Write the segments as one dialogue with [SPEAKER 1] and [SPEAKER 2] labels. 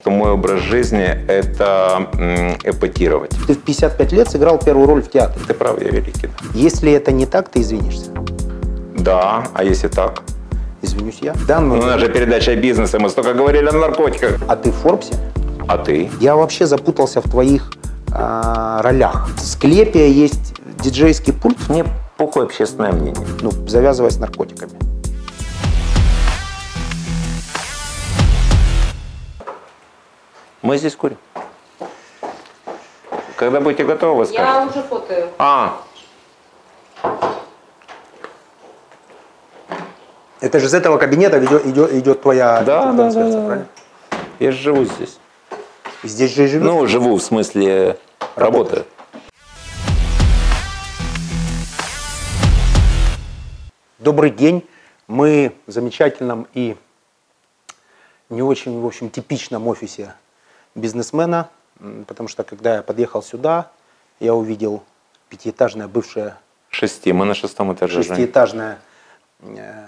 [SPEAKER 1] что мой образ жизни – это м, эпатировать.
[SPEAKER 2] Ты в 55 лет сыграл первую роль в театре.
[SPEAKER 1] Ты прав, я великий. да.
[SPEAKER 2] Если это не так, ты извинишься.
[SPEAKER 1] Да, а если так?
[SPEAKER 2] Извинюсь я. Да,
[SPEAKER 1] Ну,
[SPEAKER 2] но...
[SPEAKER 1] у нас же передача о бизнесе, мы столько говорили о наркотиках.
[SPEAKER 2] А ты в Форбсе?
[SPEAKER 1] А ты?
[SPEAKER 2] Я вообще запутался в твоих а, ролях. В склепе есть диджейский пульт,
[SPEAKER 1] Мне похуй общественное мнение.
[SPEAKER 2] ну, завязывая с наркотиками.
[SPEAKER 1] Мы здесь курим. Когда будете готовы, вы скажете.
[SPEAKER 3] Я уже фотою.
[SPEAKER 1] А,
[SPEAKER 2] Это же из этого кабинета идет, идет, идет твоя
[SPEAKER 1] Да, да,
[SPEAKER 2] видеотрансляция,
[SPEAKER 1] да, да.
[SPEAKER 2] правильно?
[SPEAKER 1] я же живу здесь.
[SPEAKER 2] Здесь же и живет.
[SPEAKER 1] Ну, живу, в смысле, работаю.
[SPEAKER 2] Добрый день. Мы в замечательном и не очень, в общем, типичном офисе бизнесмена, м, потому что когда я подъехал сюда, я увидел пятиэтажное бывшее
[SPEAKER 1] Шести, мы на шестом этаже. Жень.
[SPEAKER 2] шестиэтажное э,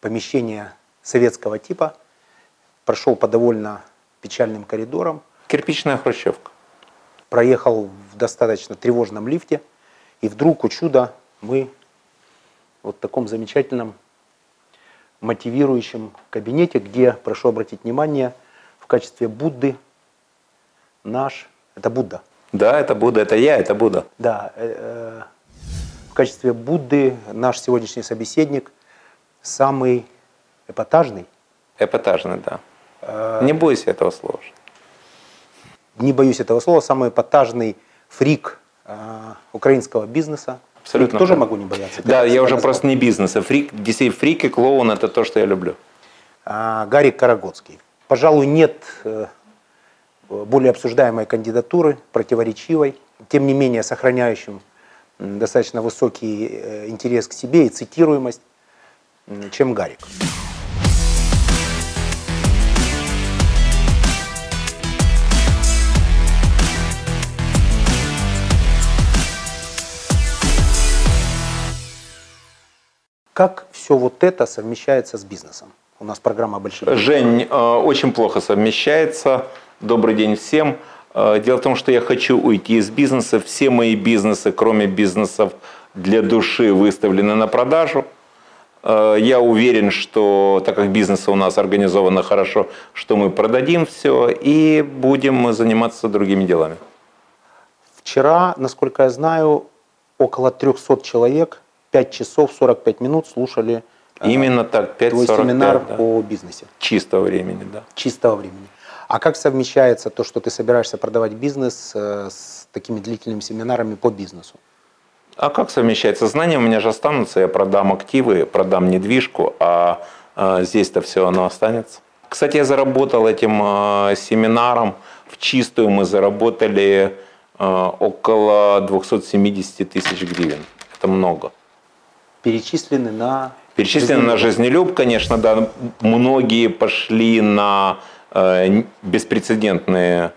[SPEAKER 2] помещение советского типа, прошел по довольно печальным коридорам,
[SPEAKER 1] Кирпичная хрущевка.
[SPEAKER 2] проехал в достаточно тревожном лифте, и вдруг, у чуда, мы вот в таком замечательном мотивирующем кабинете, где, прошу обратить внимание, в качестве Будды наш, это Будда,
[SPEAKER 1] Да, это Будда, это я, это Будда.
[SPEAKER 2] да, э, э, в качестве Будды наш сегодняшний собеседник самый эпатажный,
[SPEAKER 1] Эпатажный, да. Не бойся этого слова.
[SPEAKER 2] не боюсь этого слова, самый эпатажный фрик э, украинского бизнеса.
[SPEAKER 1] Абсолютно
[SPEAKER 2] Фрик тоже
[SPEAKER 1] прав.
[SPEAKER 2] могу не бояться.
[SPEAKER 1] Да,
[SPEAKER 2] как
[SPEAKER 1] я уже
[SPEAKER 2] сказал.
[SPEAKER 1] просто не бизнес. а Фрик, DC, фрик и клоун – это то, что я люблю.
[SPEAKER 2] А, Гарри Карагодский. Пожалуй, нет э, более обсуждаемой кандидатуры, противоречивой, тем не менее сохраняющим м, достаточно высокий э, интерес к себе и цитируемость, м, чем Гарик. Как все вот это совмещается с бизнесом? У нас программа больших.
[SPEAKER 1] Жень, э, очень плохо совмещается. Добрый день всем. Э, Дело в том, что я хочу уйти из бизнеса. Все мои бизнесы, кроме бизнесов для души, выставлены на продажу. Э, Я уверен, что так как бизнесы у нас организовано хорошо, что мы продадим все и будем мы заниматься другими делами.
[SPEAKER 2] Вчера, насколько я знаю, около 300 человек 5 часов 45 минут слушали э,
[SPEAKER 1] Именно так,
[SPEAKER 2] твой
[SPEAKER 1] 5.45
[SPEAKER 2] семинар
[SPEAKER 1] да.
[SPEAKER 2] по бизнесе
[SPEAKER 1] чистого времени. Да.
[SPEAKER 2] чистого времени. А как совмещается то, что ты собираешься продавать бизнес э, с такими длительными семинарами по бизнесу?
[SPEAKER 1] А как совмещается? Знания у меня же останутся, я продам активы, продам недвижку, а, э, здесь-то все оно останется. Кстати, я заработал этим э, семинаром, в чистую мы заработали э, около 270 тысяч гривен. Это много.
[SPEAKER 2] Перечислены на...
[SPEAKER 1] Перечислены на жизнелюб, конечно, да. Многие пошли на э, н- беспрецедентные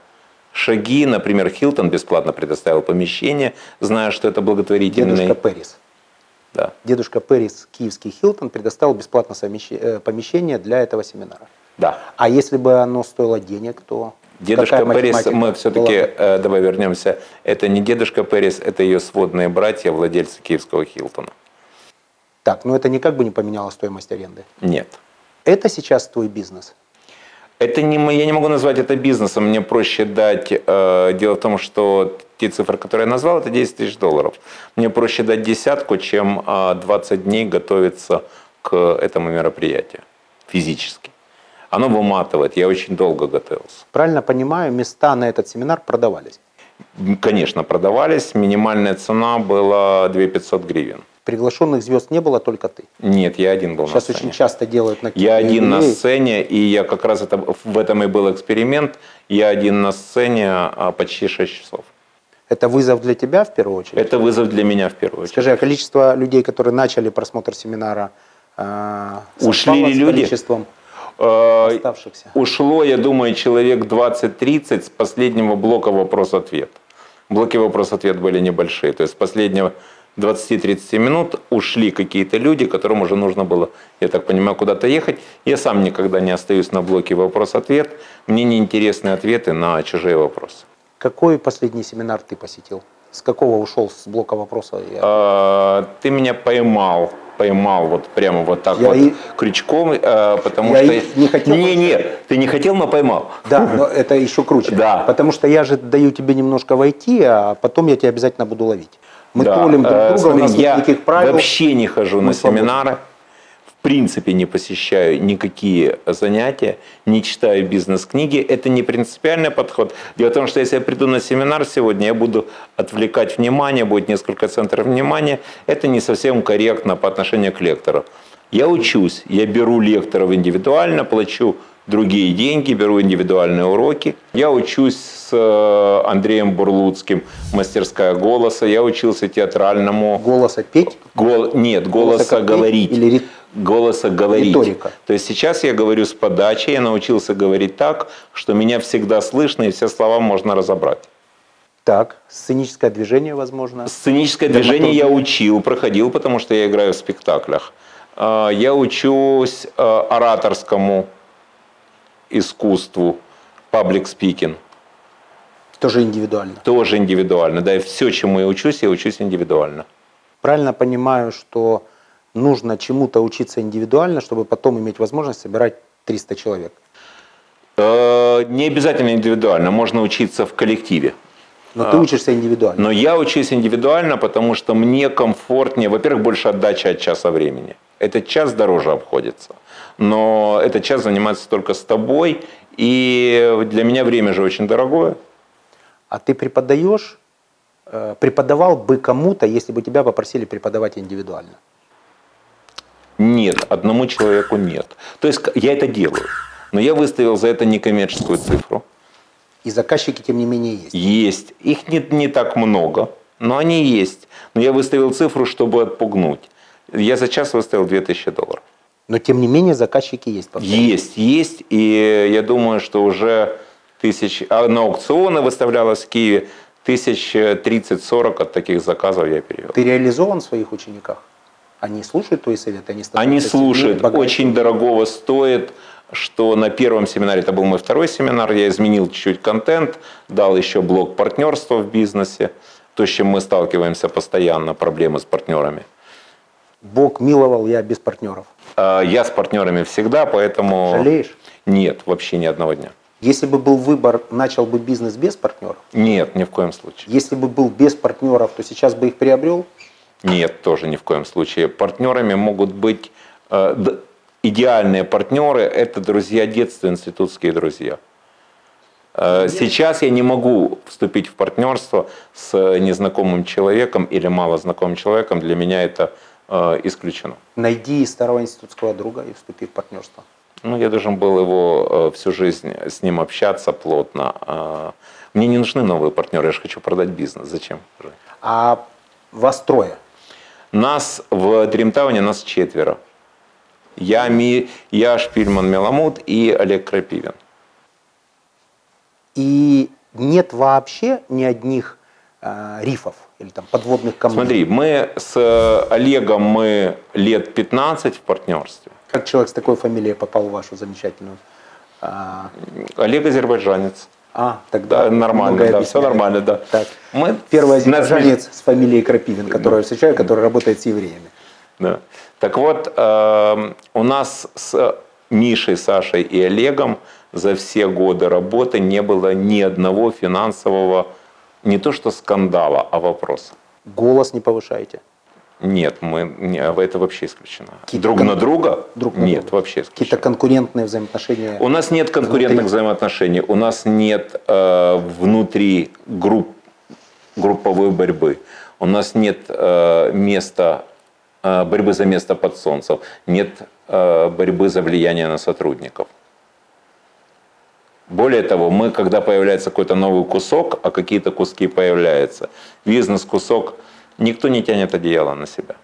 [SPEAKER 1] шаги. Например, Хилтон бесплатно предоставил помещение, зная, что это благотворительный.
[SPEAKER 2] Дедушка Перис.
[SPEAKER 1] Да.
[SPEAKER 2] Дедушка Перис, киевский Хилтон, предоставил бесплатно совмещ- э, помещение для этого семинара.
[SPEAKER 1] Да.
[SPEAKER 2] А если бы оно стоило денег, то...
[SPEAKER 1] Дедушка
[SPEAKER 2] какая
[SPEAKER 1] Перес,
[SPEAKER 2] математика
[SPEAKER 1] мы все-таки,
[SPEAKER 2] была бы?
[SPEAKER 1] э, давай вернемся, это не дедушка Перес, это ее сводные братья, владельцы киевского Хилтона.
[SPEAKER 2] Так, но это никак бы не поменяло стоимость аренды.
[SPEAKER 1] Нет.
[SPEAKER 2] Это сейчас твой бизнес?
[SPEAKER 1] Это не, мо- я не могу назвать это бизнесом, мне проще дать, э, дело в том, что те цифры, которые я назвал, это 10 тысяч долларов. Мне проще дать десятку, чем э, 20 дней готовиться к этому мероприятию физически. Оно выматывает, я очень долго готовился.
[SPEAKER 2] Правильно понимаю, места на этот семинар продавались.
[SPEAKER 1] М, Конечно, продавались, минимальная цена была 2500 гривен.
[SPEAKER 2] Приглашенных звезд не было, только ты.
[SPEAKER 1] Нет, я один был на
[SPEAKER 2] Сейчас
[SPEAKER 1] сцене.
[SPEAKER 2] очень часто делают на
[SPEAKER 1] Я
[SPEAKER 2] какие-то
[SPEAKER 1] один на
[SPEAKER 2] юбилеи.
[SPEAKER 1] сцене, и я как раз это, в этом и был эксперимент. Я один на сцене а, почти 6 часов.
[SPEAKER 2] Это вызов для тебя в первую очередь.
[SPEAKER 1] Это вызов для меня в первую очередь.
[SPEAKER 2] Скажи, а количество людей, которые начали просмотр семинара, э, совпало
[SPEAKER 1] Ушли ли
[SPEAKER 2] с
[SPEAKER 1] люди?
[SPEAKER 2] количеством
[SPEAKER 1] Э,
[SPEAKER 2] оставшихся?
[SPEAKER 1] Ушло, я думаю, человек 20-30 с последнего блока вопрос-ответ. Блоки вопрос-ответ были небольшие. То есть с последнего 20-30 минут ушли какие-то люди, которым уже нужно было, я так понимаю, куда-то ехать. Я сам никогда не остаюсь на блоке вопрос-ответ. Мне неинтересны ответы на чужие вопросы.
[SPEAKER 2] Какой последний семинар ты посетил? С какого ушел с блока вопроса? Я-
[SPEAKER 1] А, Ты меня поймал, поймал вот прямо вот так
[SPEAKER 2] Я
[SPEAKER 1] вот
[SPEAKER 2] и-
[SPEAKER 1] крючком, а, потому
[SPEAKER 2] Я
[SPEAKER 1] что...
[SPEAKER 2] и не хотел-
[SPEAKER 1] Не, не, ты не хотел, но поймал.
[SPEAKER 2] Да, но это еще круче.
[SPEAKER 1] Да.
[SPEAKER 2] Потому что я же даю тебе немножко войти, а потом я тебя обязательно буду ловить. Мы
[SPEAKER 1] Да,
[SPEAKER 2] троллим друг
[SPEAKER 1] э,
[SPEAKER 2] друга,
[SPEAKER 1] смотри,
[SPEAKER 2] у нас
[SPEAKER 1] я
[SPEAKER 2] нет никаких правил.
[SPEAKER 1] вообще не хожу
[SPEAKER 2] Мы
[SPEAKER 1] на
[SPEAKER 2] свободны.
[SPEAKER 1] семинары, в принципе не посещаю никакие занятия, не читаю бизнес-книги. Это не принципиальный подход. Дело в том, что если я приду на семинар сегодня, я буду отвлекать внимание, будет несколько центров внимания. Это не совсем корректно по отношению к лектору. Я учусь, я беру лекторов индивидуально, плачу другие деньги, беру индивидуальные уроки. Я учусь с э, Андреем Бурлуцким, мастерская голоса. Я учился театральному
[SPEAKER 2] Голоса петь.
[SPEAKER 1] Гол- Нет,
[SPEAKER 2] Голоса
[SPEAKER 1] голоса
[SPEAKER 2] говорить
[SPEAKER 1] говорить.
[SPEAKER 2] или рит-
[SPEAKER 1] Голоса говорить.
[SPEAKER 2] Риторика.
[SPEAKER 1] То есть сейчас я говорю с подачи, я научился говорить так, что меня всегда слышно и все слова можно разобрать.
[SPEAKER 2] Так, сценическое движение, возможно.
[SPEAKER 1] Сценическое
[SPEAKER 2] Драматургия.
[SPEAKER 1] движение я учил, проходил, потому что я играю в спектаклях. А, Я учусь э, ораторскому искусству, паблик спикинг,
[SPEAKER 2] Тоже индивидуально.
[SPEAKER 1] тоже индивидуально. Да, и все, чему я учусь, я учусь индивидуально.
[SPEAKER 2] Правильно понимаю, что нужно чему-то учиться индивидуально, чтобы потом иметь возможность собирать 300 человек.
[SPEAKER 1] Э, Не обязательно индивидуально, можно учиться в коллективе.
[SPEAKER 2] Но
[SPEAKER 1] А.
[SPEAKER 2] ты учишься индивидуально.
[SPEAKER 1] Но я учусь индивидуально, потому что мне комфортнее, во-первых, больше отдача от часа времени. Этот час дороже обходится. Но этот час занимается только с тобой. И для меня время же очень дорогое.
[SPEAKER 2] А ты преподаешь, э, преподавал бы кому-то, если бы тебя попросили преподавать индивидуально.
[SPEAKER 1] Нет, одному человеку нет. То есть к- я это делаю. Но я выставил за это некоммерческую цифру.
[SPEAKER 2] И заказчики, тем не менее, есть.
[SPEAKER 1] Есть. Их не, не так много, но они есть. Но я выставил цифру, чтобы отпугнуть. Я за час выставил 2000 долларов.
[SPEAKER 2] Но, тем не менее, заказчики есть. повторяю.
[SPEAKER 1] Есть, есть. И я думаю, что уже тысяч... А на аукционы выставлялась в Киеве. Тысяч тридцать-сорок от таких заказов я перевел.
[SPEAKER 2] Ты реализован в своих учениках? Они слушают твои советы? Они, становятся
[SPEAKER 1] Они
[SPEAKER 2] сильнее,
[SPEAKER 1] слушают.
[SPEAKER 2] богаче?
[SPEAKER 1] Очень дорогого стоит, что на первом семинаре, это был мой второй семинар, я изменил чуть-чуть контент, дал еще блок партнерства в бизнесе, то, с чем мы сталкиваемся постоянно, проблемы с партнерами.
[SPEAKER 2] Бог миловал, я без партнеров.
[SPEAKER 1] А Я с партнерами всегда, поэтому...
[SPEAKER 2] Жалеешь?
[SPEAKER 1] Нет, вообще ни одного дня.
[SPEAKER 2] Если бы был выбор, начал бы бизнес без партнеров?
[SPEAKER 1] Нет, ни в коем случае.
[SPEAKER 2] Если бы был без партнеров, то сейчас бы их приобрел?
[SPEAKER 1] Нет, тоже ни в коем случае. Партнерами могут быть э, д- идеальные партнеры. Это друзья детства, институтские друзья. Э, Сейчас я не могу вступить в партнерство с незнакомым человеком или малознакомым человеком. Для меня это э, исключено.
[SPEAKER 2] Найди старого институтского друга и вступи в партнерство.
[SPEAKER 1] Ну, я должен был его э, всю жизнь с ним общаться плотно. А Мне не нужны новые партнеры, я же хочу продать бизнес. Зачем?
[SPEAKER 2] А вас трое.
[SPEAKER 1] Нас в Дримтауне нас четверо. Я, Ми, я Шпильман Меламут и Олег Крапивин.
[SPEAKER 2] И нет вообще ни одних э, рифов или там подводных камней.
[SPEAKER 1] Смотри, мы с э, Олегом мы лет 15 в партнерстве.
[SPEAKER 2] Как человек с такой фамилией попал в вашу замечательную... а,
[SPEAKER 1] Олег азербайджанец.
[SPEAKER 2] А, тогда
[SPEAKER 1] Да, нормально,
[SPEAKER 2] многое
[SPEAKER 1] да, все
[SPEAKER 2] объясняет.
[SPEAKER 1] нормально, да.
[SPEAKER 2] Так.
[SPEAKER 1] Мы
[SPEAKER 2] Первый
[SPEAKER 1] нас-
[SPEAKER 2] азербайджанец с фамилией Крапивин, которую я встречаю, который работает с евреями.
[SPEAKER 1] Да. Так вот, эм, у нас с Мишей, Сашей и Олегом за все годы работы не было ни одного финансового, не то что скандала, а вопроса.
[SPEAKER 2] Голос не повышаете.
[SPEAKER 1] Нет, мы не, а это вообще исключено.
[SPEAKER 2] Какие-то
[SPEAKER 1] друг
[SPEAKER 2] кон-
[SPEAKER 1] на друга?
[SPEAKER 2] друг на
[SPEAKER 1] нет,
[SPEAKER 2] друга.
[SPEAKER 1] вообще исключено.
[SPEAKER 2] Какие-то конкурентные взаимоотношения.
[SPEAKER 1] У нас нет конкурентных
[SPEAKER 2] Внутри.
[SPEAKER 1] взаимоотношений, у нас нет э, внутри групп, групповой борьбы, у нас нет э, места э, борьбы за место под солнцем, нет э, борьбы за влияние на сотрудников. Более того, мы, когда появляется какой-то новый кусок, а какие-то куски появляются, бизнес-кусок, никто не тянет одеяло на себя.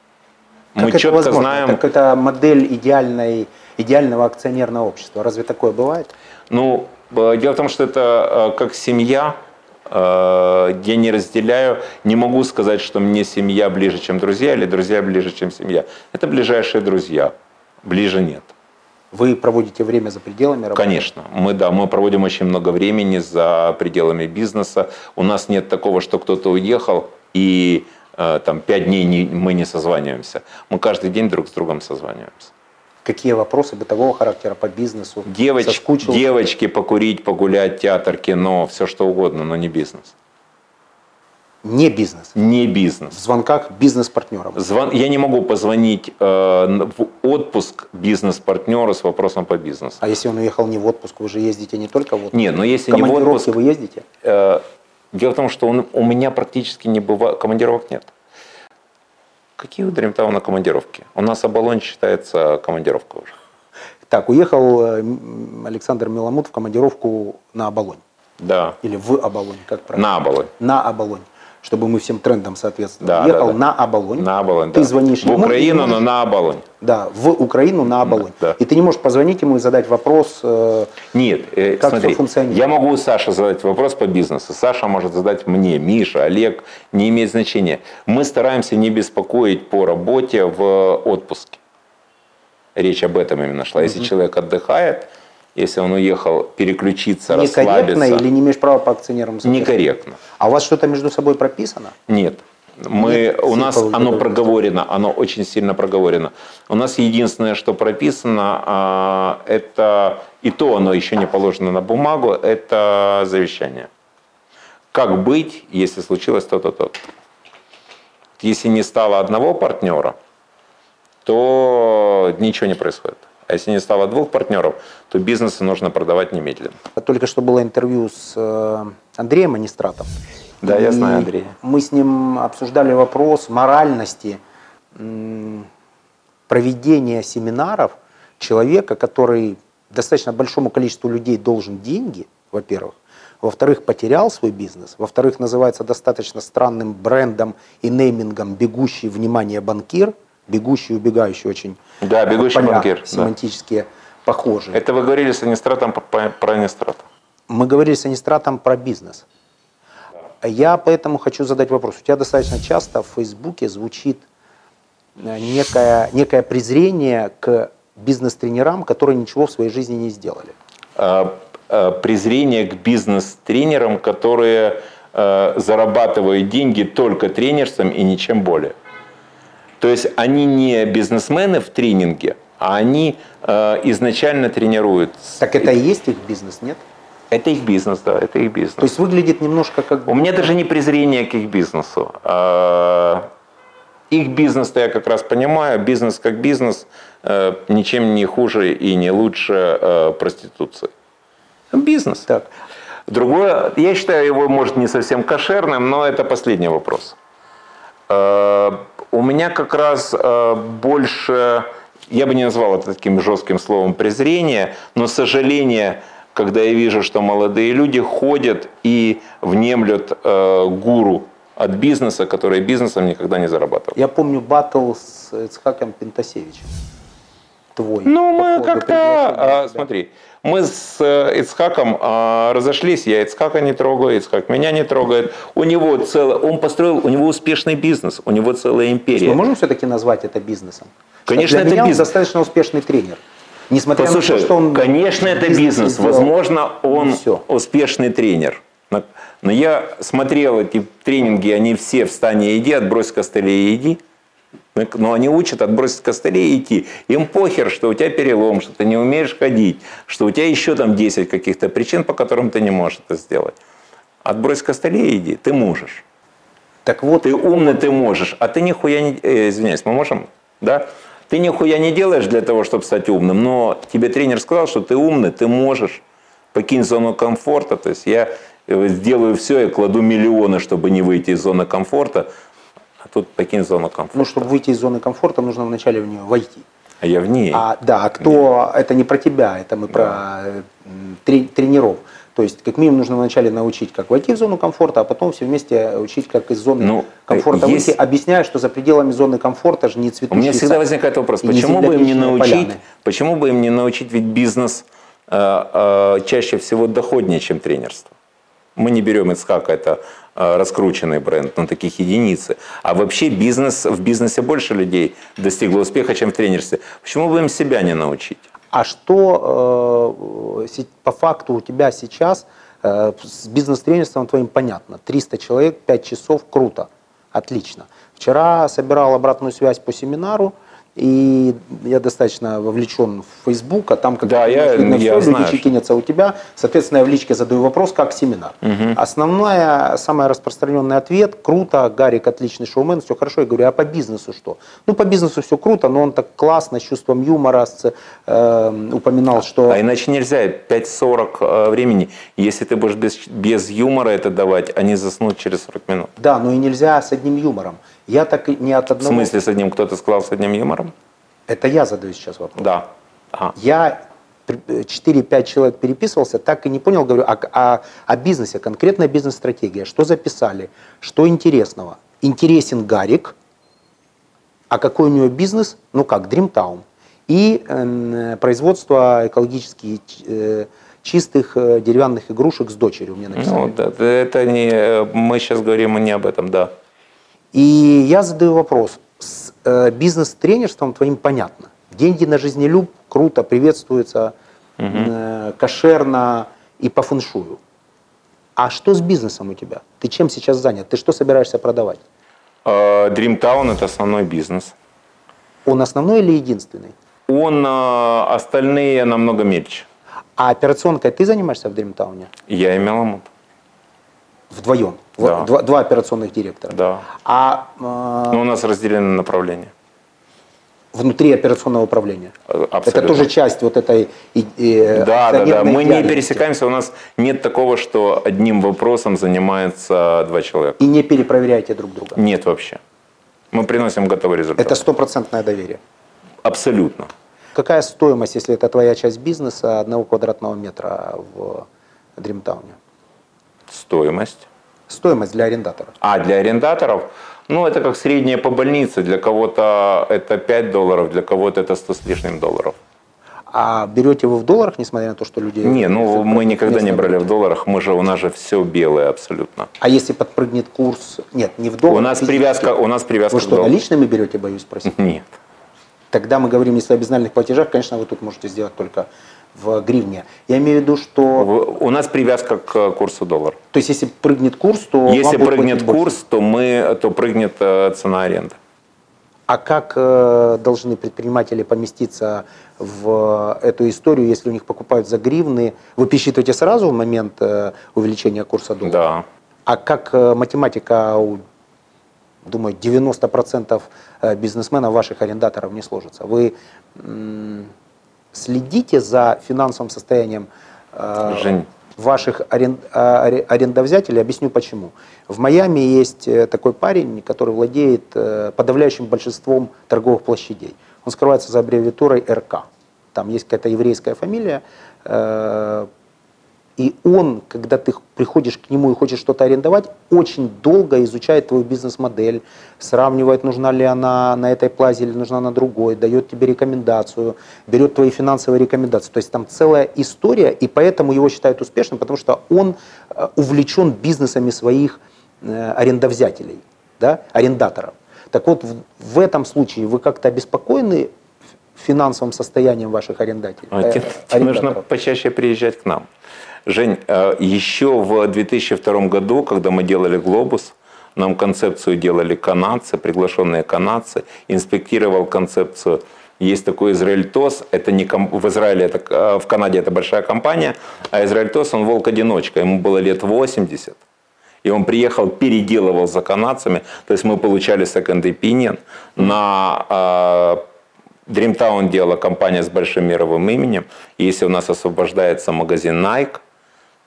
[SPEAKER 2] Как
[SPEAKER 1] мы
[SPEAKER 2] это
[SPEAKER 1] четко
[SPEAKER 2] возможно?
[SPEAKER 1] знаем,
[SPEAKER 2] Как это модель идеальной, идеального акционерного общества. Разве такое бывает?
[SPEAKER 1] Ну, э, дело в том, что это э, как семья, Э, Я не разделяю, не могу сказать, что мне семья ближе, чем друзья, или друзья ближе, чем семья. Это ближайшие друзья, ближе нет.
[SPEAKER 2] Вы проводите время за пределами работы?
[SPEAKER 1] Конечно, мы да, мы проводим очень много времени за пределами бизнеса. У нас нет такого, что кто-то уехал и э, там пять дней не- мы не созваниваемся. Мы каждый день друг с другом созваниваемся.
[SPEAKER 2] Какие вопросы бытового характера по бизнесу?
[SPEAKER 1] Девоч,
[SPEAKER 2] Соскучился?
[SPEAKER 1] девочки покурить, погулять, театр, кино, все что угодно, но не бизнес.
[SPEAKER 2] Не бизнес.
[SPEAKER 1] Не
[SPEAKER 2] В
[SPEAKER 1] бизнес.
[SPEAKER 2] звонках бизнес-партнерам.
[SPEAKER 1] Звон, я не могу позвонить э, н- в отпуск бизнес-партнеру с вопросом по бизнесу.
[SPEAKER 2] А если он уехал не в отпуск, вы же ездите не только в отпуск?
[SPEAKER 1] Не, но если не в
[SPEAKER 2] командировки
[SPEAKER 1] отпуск,
[SPEAKER 2] вы ездите?
[SPEAKER 1] Э, Дело в том, что он- у меня практически не бывает, командировок нет. Какие у Дримтауна командировки? У нас Абалон считается командировкой уже.
[SPEAKER 2] Так, уехал э, м, Александр Меломут в командировку на Оболонь.
[SPEAKER 1] Да,
[SPEAKER 2] Или в Оболонь, как правильно?
[SPEAKER 1] на Абалон.
[SPEAKER 2] На Оболонь. Чтобы мы всем трендам соответствовали.
[SPEAKER 1] Да,
[SPEAKER 2] уехал
[SPEAKER 1] да, да.
[SPEAKER 2] на Оболонь.
[SPEAKER 1] На Абалон,
[SPEAKER 2] Ты
[SPEAKER 1] да.
[SPEAKER 2] звонишь
[SPEAKER 1] в
[SPEAKER 2] ему и
[SPEAKER 1] Украину, но
[SPEAKER 2] можешь-
[SPEAKER 1] на Абалон.
[SPEAKER 2] Да, в Украину на Оболонь.
[SPEAKER 1] Да.
[SPEAKER 2] И ты не можешь позвонить ему и задать вопрос. э,
[SPEAKER 1] Нет, э,
[SPEAKER 2] Как всё
[SPEAKER 1] смотри,
[SPEAKER 2] функционирует?
[SPEAKER 1] я могу Саше задать вопрос по бизнесу, Саша может задать мне, Миша, Олег, не имеет значения. Мы стараемся не беспокоить по работе в отпуске. Речь об этом именно шла. Если человек отдыхает, если он уехал переключиться,
[SPEAKER 2] Некорректно
[SPEAKER 1] расслабиться,
[SPEAKER 2] или не имеешь права по акционерам
[SPEAKER 1] некорректно.
[SPEAKER 2] А у вас что-то между собой прописано?
[SPEAKER 1] Нет. Мы,
[SPEAKER 2] Нет,
[SPEAKER 1] у нас
[SPEAKER 2] символов
[SPEAKER 1] оно
[SPEAKER 2] договоренности.
[SPEAKER 1] проговорено, оно очень сильно проговорено. У нас единственное, что прописано, а, это, и то оно еще не положено на бумагу, это завещание. Как быть, если случилось то-то, то Если не стало одного партнера, то ничего не происходит. А если не стало двух партнеров, то бизнесы нужно продавать немедленно.
[SPEAKER 2] А Только что было интервью с э, Андреем Анистратом.
[SPEAKER 1] Да, я
[SPEAKER 2] И
[SPEAKER 1] знаю Андрея.
[SPEAKER 2] Мы с ним обсуждали вопрос моральности м, проведения семинаров человека, который достаточно большому количеству людей должен деньги, во-первых, во-вторых, потерял свой бизнес, во-вторых, называется достаточно странным брендом и неймингом «бегущий, внимание, банкир», «бегущий, убегающий» очень
[SPEAKER 1] Да, «Бегущий
[SPEAKER 2] поля
[SPEAKER 1] банкир», да.
[SPEAKER 2] семантические похожие.
[SPEAKER 1] Это вы говорили с Анистратом про- про Анистрата.
[SPEAKER 2] Мы говорили с Анистратом про бизнес. Я поэтому хочу задать вопрос. У тебя достаточно часто в Фейсбуке звучит э, некое, некое презрение к бизнес-тренерам, которые ничего в своей жизни не сделали.
[SPEAKER 1] а, а, презрение к бизнес-тренерам, которые э, зарабатывают деньги только тренерством и ничем более. То есть они не бизнесмены в тренинге, а они э, изначально тренируют.
[SPEAKER 2] Так это и есть их бизнес, нет?
[SPEAKER 1] Это их бизнес, да, это их бизнес.
[SPEAKER 2] То есть выглядит немножко как...
[SPEAKER 1] У меня даже не презрение к их бизнесу. А, Их бизнес-то я как раз понимаю. Бизнес как бизнес э, ничем не хуже и не лучше э, проституции. Бизнес.
[SPEAKER 2] Так.
[SPEAKER 1] Другое, я считаю его, может, не совсем кошерным, но это последний вопрос. Э, У меня как раз э, больше, я бы не назвал это таким жестким словом презрение, но сожаление, когда я вижу, что молодые люди ходят и внемлют э, гуру от бизнеса, который бизнесом никогда не зарабатывал.
[SPEAKER 2] Я помню баттл с Эцхаком Пентасевичем. Твой.
[SPEAKER 1] Ну,
[SPEAKER 2] по
[SPEAKER 1] мы
[SPEAKER 2] поводу
[SPEAKER 1] как-то,
[SPEAKER 2] приглашения
[SPEAKER 1] а,
[SPEAKER 2] тебя.
[SPEAKER 1] смотри, мы с э, Ицхаком а, разошлись, я Ицхака не трогаю, Ицхак меня не трогает. У него целое, он построил, у него успешный бизнес, у него целая
[SPEAKER 2] Мы
[SPEAKER 1] империя.
[SPEAKER 2] можем все-таки назвать это бизнесом?
[SPEAKER 1] Конечно,
[SPEAKER 2] Для
[SPEAKER 1] это
[SPEAKER 2] меня он
[SPEAKER 1] бизнес.
[SPEAKER 2] достаточно успешный тренер. Несмотря
[SPEAKER 1] Послушай,
[SPEAKER 2] на то, что он...
[SPEAKER 1] конечно,
[SPEAKER 2] в
[SPEAKER 1] это
[SPEAKER 2] бизнесе
[SPEAKER 1] бизнес,
[SPEAKER 2] сделал-
[SPEAKER 1] возможно, он
[SPEAKER 2] всё.
[SPEAKER 1] успешный тренер. Но- Но я смотрел эти тренинги, они все «Встань и иди», «Отбрось костыли и иди». Ну, к- Но они учат отбросить костыли и идти. Им похер, что у тебя перелом, что ты не умеешь ходить, что у тебя еще там 10 каких-то причин, по которым ты не можешь это сделать. Отбрось костыли и иди, ты можешь.
[SPEAKER 2] Так вот,
[SPEAKER 1] Ты умный, ты можешь, а ты нихуя не... э, извиняюсь, мы можем? Да? Ты нихуя не делаешь для того, чтобы стать умным, но тебе тренер сказал, что ты умный, ты можешь. Покинь зону комфорта. То есть я э, сделаю все и кладу миллионы, чтобы не выйти из зоны комфорта. А тут покинь зону комфорта.
[SPEAKER 2] ну, чтобы выйти из зоны комфорта, нужно вначале в нее войти.
[SPEAKER 1] А я в ней.
[SPEAKER 2] А, да, а кто... Это не про тебя, это мы про м, тре- тренеров. То есть, как минимум, нужно вначале научить, как войти в зону комфорта, а потом все вместе учить, как из зоны
[SPEAKER 1] Ну, э,
[SPEAKER 2] комфорта
[SPEAKER 1] есть-
[SPEAKER 2] выйти, объясняя, что за пределами зоны комфорта же не
[SPEAKER 1] У
[SPEAKER 2] цветущий
[SPEAKER 1] меня всегда
[SPEAKER 2] сад.
[SPEAKER 1] возникает вопрос,
[SPEAKER 2] И не
[SPEAKER 1] почему бы им не
[SPEAKER 2] земляничные
[SPEAKER 1] научить,
[SPEAKER 2] поляны.
[SPEAKER 1] почему бы им не научить, ведь бизнес э, э, чаще всего доходнее, чем тренерство. Мы не берем ИЦХАК, это э, раскрученный бренд, но таких единицы. А вообще бизнес, в бизнесе больше людей достигло успеха, чем в тренерстве. Почему бы им себя не научить?
[SPEAKER 2] А что э, се- по факту у тебя сейчас э, с бизнес-тренерством твоим понятно? 300 человек, 5 часов, круто, отлично. Вчера собирал обратную связь по семинару, и я достаточно вовлечен в Facebook, а там как
[SPEAKER 1] Да, я-
[SPEAKER 2] видно
[SPEAKER 1] я
[SPEAKER 2] всё,
[SPEAKER 1] знаю,
[SPEAKER 2] люди
[SPEAKER 1] что-
[SPEAKER 2] кинется у тебя. Соответственно, я в личке задаю вопрос, как семинар. Основная, самый распространенный ответ, круто, Гарик отличный шоумен, все хорошо. Я говорю, а по бизнесу что? Ну, по бизнесу все круто, но он так классно, с чувством юмора с, э, упоминал, что...
[SPEAKER 1] А иначе нельзя 5-40 э, времени. Если ты будешь без, без юмора это давать, они заснут через 40 минут.
[SPEAKER 2] Да, но и нельзя с одним юмором. Я так и не от
[SPEAKER 1] В
[SPEAKER 2] одного...
[SPEAKER 1] смысле, с одним кто-то сказал, с одним юмором?
[SPEAKER 2] Это я задаю сейчас вопрос.
[SPEAKER 1] Да. А.
[SPEAKER 2] Я при- э, 4-5 человек переписывался, так и не понял, говорю, а, к- а- о бизнесе, конкретная бизнес-стратегия, что записали, что интересного. Интересен Гарик, а какой у него бизнес, ну как, Dreamtown. И эм, э, производство экологически ч- э, чистых э, деревянных игрушек с дочерью мне написали.
[SPEAKER 1] Ну, да, это не... э, Мы сейчас говорим не об этом, да.
[SPEAKER 2] И я задаю вопрос, с э, бизнес-тренерством твоим понятно. Деньги на жизнелюб круто приветствуются, э, кошерно и по фэншую. А что с бизнесом у тебя? Ты чем сейчас занят? Ты что собираешься продавать?
[SPEAKER 1] Э, Dreamtown – это основной бизнес.
[SPEAKER 2] Он основной или единственный?
[SPEAKER 1] Он, э, остальные намного мельче.
[SPEAKER 2] А операционкой ты занимаешься в Дримтауне?
[SPEAKER 1] Я и Меламут.
[SPEAKER 2] Вдвоем. В-
[SPEAKER 1] Да.
[SPEAKER 2] Два, два операционных директора.
[SPEAKER 1] Да.
[SPEAKER 2] А э,
[SPEAKER 1] Но у нас разделены направления.
[SPEAKER 2] внутри операционного управления?
[SPEAKER 1] Э,
[SPEAKER 2] Это
[SPEAKER 1] абсолютно.
[SPEAKER 2] тоже часть вот этой... и- и-
[SPEAKER 1] Да, да, да.
[SPEAKER 2] акционерной
[SPEAKER 1] Мы не
[SPEAKER 2] идеальности.
[SPEAKER 1] пересекаемся. У нас нет такого, что одним вопросом занимается два человека.
[SPEAKER 2] И не перепроверяйте друг друга.
[SPEAKER 1] Нет вообще. Мы приносим готовый результат.
[SPEAKER 2] Это стопроцентное доверие.
[SPEAKER 1] абсолютно.
[SPEAKER 2] Какая стоимость, если это твоя часть бизнеса, одного квадратного метра в Дримтауне?
[SPEAKER 1] Стоимость.
[SPEAKER 2] Стоимость для арендатора.
[SPEAKER 1] А для арендаторов, ну, это как средняя по больнице. Для кого-то это 5 долларов, для кого-то это 100 с лишним долларов.
[SPEAKER 2] А берете вы в долларах, несмотря на то, что люди...
[SPEAKER 1] Не, ну,
[SPEAKER 2] если
[SPEAKER 1] мы никогда не
[SPEAKER 2] местные
[SPEAKER 1] брали в
[SPEAKER 2] валюты?
[SPEAKER 1] долларах. Мы же, у нас же все белое абсолютно.
[SPEAKER 2] А если подпрыгнет курс? Нет, не в долларах.
[SPEAKER 1] У нас
[SPEAKER 2] физически.
[SPEAKER 1] привязка, у нас привязка
[SPEAKER 2] Вы
[SPEAKER 1] к
[SPEAKER 2] что,
[SPEAKER 1] доллару.
[SPEAKER 2] наличными берете, боюсь спросить?
[SPEAKER 1] Нет.
[SPEAKER 2] Тогда мы говорим, если о безнальных платежах, конечно, вы тут можете сделать только в гривне. Я имею в виду, что...
[SPEAKER 1] В- У нас привязка к курсу доллара.
[SPEAKER 2] То есть, если прыгнет курс, то... вам
[SPEAKER 1] Если
[SPEAKER 2] будет
[SPEAKER 1] прыгнет
[SPEAKER 2] платить больше.
[SPEAKER 1] курс, то мы, то прыгнет э, цена аренды.
[SPEAKER 2] А как э, должны предприниматели поместиться в эту историю, если у них покупают за гривны? Вы пересчитываете сразу в момент э, увеличения курса доллара?
[SPEAKER 1] Да.
[SPEAKER 2] А как э, математика у, думаю, 90% э, бизнесменов ваших арендаторов не сложится? Вы м, следите за финансовым состоянием э,
[SPEAKER 1] Жень.
[SPEAKER 2] ваших арен- а, аре- арендовзятелей? Объясню почему. В Майами есть э, такой парень, который владеет э, подавляющим большинством торговых площадей. Он скрывается за аббревиатурой РК. Там есть какая-то еврейская фамилия. э, и он, когда ты приходишь к нему и хочешь что-то арендовать, очень долго изучает твою бизнес-модель, сравнивает, нужна ли она на этой плазе или нужна на другой, дает тебе рекомендацию, берет твои финансовые рекомендации. То есть там целая история, и поэтому его считают успешным, потому что он э, увлечен бизнесами своих э, арендовзятелей, да, арендаторов. Так вот, в, в этом случае вы как-то обеспокоены ф- финансовым состоянием ваших арендателей?
[SPEAKER 1] А
[SPEAKER 2] э,
[SPEAKER 1] те- те нужно
[SPEAKER 2] арендаторов?
[SPEAKER 1] почаще приезжать к нам. Жень, э, еще в 2002 году, когда мы делали «Глобус», нам концепцию делали канадцы, приглашенные канадцы, инспектировал концепцию. Есть такой Израиль ТОС, это не ком- в Израиле, это, к- э, в Канаде это большая компания, а Израиль ТОС, он волк-одиночка, ему было лет 80. И он приехал, переделывал за канадцами. То есть мы получали second opinion. На э, Dreamtown делала компания с большим мировым именем. И если у нас освобождается магазин Nike,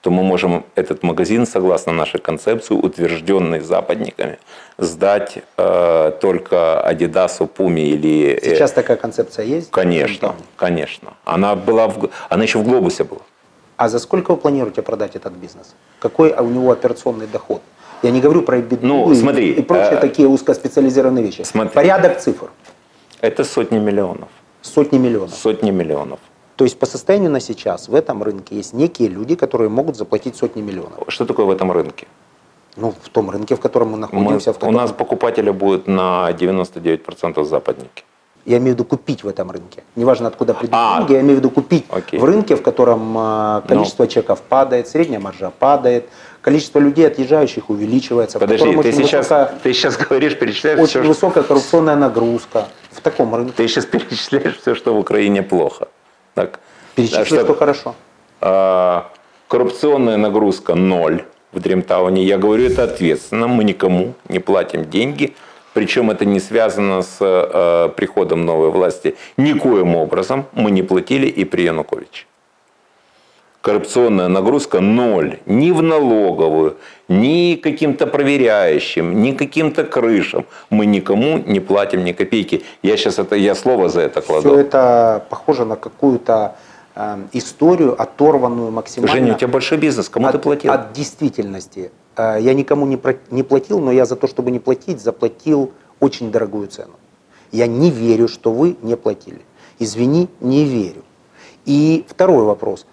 [SPEAKER 1] то мы можем этот магазин, согласно нашей концепции, утвержденный западниками, сдать э, только Адидасу, Пуме или... э,
[SPEAKER 2] Сейчас такая концепция есть?
[SPEAKER 1] Конечно, конечно. Она была, в... г- она еще в Глобусе была.
[SPEAKER 2] А за сколько вы планируете продать этот бизнес? Какой у него операционный доход? Я не говорю про EBITDA
[SPEAKER 1] Ну,
[SPEAKER 2] и-
[SPEAKER 1] смотри,
[SPEAKER 2] и прочие
[SPEAKER 1] э,
[SPEAKER 2] такие узкоспециализированные вещи.
[SPEAKER 1] смотри.
[SPEAKER 2] Порядок цифр.
[SPEAKER 1] Это сотни миллионов.
[SPEAKER 2] Сотни миллионов.
[SPEAKER 1] Сотни миллионов.
[SPEAKER 2] То есть по состоянию на сейчас в этом рынке есть некие люди, которые могут заплатить сотни миллионов.
[SPEAKER 1] Что такое в этом рынке?
[SPEAKER 2] Ну, в том рынке, в котором мы
[SPEAKER 1] Мы-
[SPEAKER 2] находимся, в
[SPEAKER 1] у
[SPEAKER 2] котором...
[SPEAKER 1] нас покупателя будет на 99% западники.
[SPEAKER 2] Я имею в виду купить в этом рынке. Неважно, откуда придут
[SPEAKER 1] А.
[SPEAKER 2] деньги, я имею в виду купить
[SPEAKER 1] Окей. Ну.
[SPEAKER 2] в рынке, в котором а, количество чеков падает, средняя маржа падает, количество людей, отъезжающих, увеличивается. в
[SPEAKER 1] Подожди,
[SPEAKER 2] котором
[SPEAKER 1] ты
[SPEAKER 2] очень
[SPEAKER 1] сейчас,
[SPEAKER 2] высокая-
[SPEAKER 1] ты сейчас говоришь, перечисляешь
[SPEAKER 2] очень
[SPEAKER 1] все, что,
[SPEAKER 2] высокая коррупционная нагрузка в таком рынке.
[SPEAKER 1] ты сейчас перечисляешь все, что в Украине плохо. Так,
[SPEAKER 2] Перечисли,
[SPEAKER 1] а что-
[SPEAKER 2] что... хорошо.
[SPEAKER 1] а, коррупционная нагрузка ноль в Дримтауне. Я говорю это ответственно, мы никому не платим деньги. Причем это не связано с э, приходом новой власти. Никоим образом мы не платили и при Януковиче. Коррупционная нагрузка ноль. Ни в налоговую, ни каким-то проверяющим, ни каким-то крышам. Мы никому не платим ни копейки. Я сейчас это, я слово за это кладу.
[SPEAKER 2] Все это похоже на какую-то э, историю, оторванную максимально
[SPEAKER 1] Женя, у тебя большой бизнес, кому ты
[SPEAKER 2] от,
[SPEAKER 1] платил?
[SPEAKER 2] от действительности. Э, Я никому не, про- не платил, но я за то, чтобы не платить, заплатил очень дорогую цену. Я не верю, что вы не платили. Извини, не верю. И второй вопрос.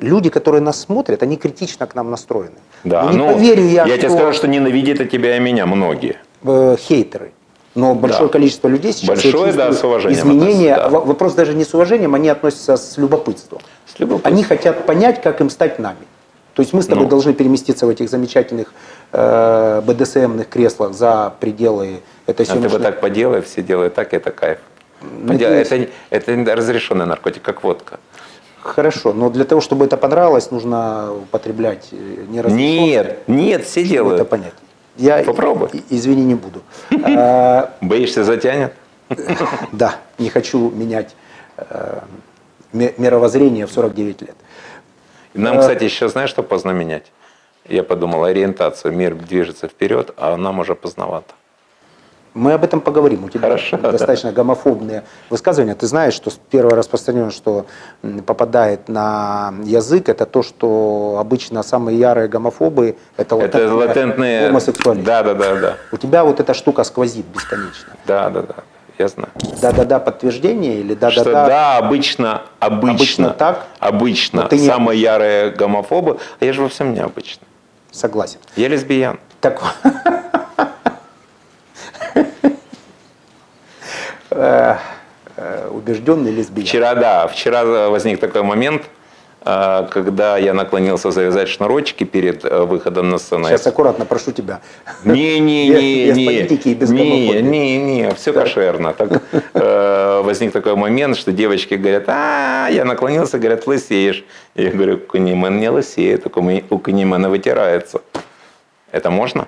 [SPEAKER 2] Люди, которые нас смотрят, они критично к нам настроены.
[SPEAKER 1] Да,
[SPEAKER 2] Ну, не
[SPEAKER 1] ну,
[SPEAKER 2] поверю я,
[SPEAKER 1] я
[SPEAKER 2] что
[SPEAKER 1] тебе скажу, что ненавидят и тебя, и меня многие.
[SPEAKER 2] э, хейтеры. Но большое
[SPEAKER 1] Да.
[SPEAKER 2] количество людей сейчас я
[SPEAKER 1] Большое, да,
[SPEAKER 2] чувствую,
[SPEAKER 1] с уважением
[SPEAKER 2] изменения.
[SPEAKER 1] относятся, да.
[SPEAKER 2] в- Вопрос даже не с уважением, они относятся с любопытством.
[SPEAKER 1] С любопытством.
[SPEAKER 2] Они хотят понять, как им стать нами. То есть мы с тобой
[SPEAKER 1] Ну.
[SPEAKER 2] должны переместиться в этих замечательных э, БДСМных креслах за пределы этой
[SPEAKER 1] А ты бы
[SPEAKER 2] съемочной-
[SPEAKER 1] так поделай, все делают так, и это кайф.
[SPEAKER 2] Ну,
[SPEAKER 1] Поделай. Это, это разрешенный наркотик, как водка.
[SPEAKER 2] Хорошо, но для того, чтобы это понравилось, нужно употреблять э, не разрешенное.
[SPEAKER 1] Нет, нет, все
[SPEAKER 2] Чтобы это
[SPEAKER 1] делают.
[SPEAKER 2] понять. Я,
[SPEAKER 1] Попробуй.
[SPEAKER 2] и- Извини, не буду. Э,
[SPEAKER 1] Боишься, затянет?
[SPEAKER 2] Да, не хочу менять э, ми- мировоззрение в 49 лет. Э.
[SPEAKER 1] Нам, кстати, еще знаешь, что поздно менять? Я подумал, ориентацию. Мир движется вперед, а нам уже поздновато.
[SPEAKER 2] Мы об этом поговорим. У тебя
[SPEAKER 1] Хорошо, да.
[SPEAKER 2] достаточно гомофобные высказывания. Ты знаешь, что первое распространенное, что м, попадает на язык, это то, что обычно самые ярые гомофобы – это,
[SPEAKER 1] Это латентные...
[SPEAKER 2] гомосексуалисты.
[SPEAKER 1] Да, да, да, да.
[SPEAKER 2] У тебя вот эта штука сквозит бесконечно.
[SPEAKER 1] Да, да, да. Я знаю.
[SPEAKER 2] Да-да-да, подтверждение или
[SPEAKER 1] что да,
[SPEAKER 2] да-да-да.
[SPEAKER 1] обычно, обычно,
[SPEAKER 2] Обычно так?
[SPEAKER 1] обычно
[SPEAKER 2] Но ты не-
[SPEAKER 1] самые ярые гомофобы, а я же во всем необычно.
[SPEAKER 2] Согласен.
[SPEAKER 1] Я лесбиян.
[SPEAKER 2] Так. Э, э, Убежденный лесбиян.
[SPEAKER 1] Вчера, да, вчера возник такой момент, э, когда я наклонился завязать шнурочки перед э, выходом на сцену.
[SPEAKER 2] Сейчас аккуратно прошу тебя.
[SPEAKER 1] Не, не,
[SPEAKER 2] Без-
[SPEAKER 1] не,
[SPEAKER 2] без
[SPEAKER 1] не,
[SPEAKER 2] политики и без
[SPEAKER 1] не,
[SPEAKER 2] гомофобии.
[SPEAKER 1] не, не, все кошерно. Так, э, возник такой момент, что девочки говорят, а, я наклонился, говорят, лысеешь. Я говорю, Куниман не лысеет, у Куни- у Кунимана вытирается. Это можно?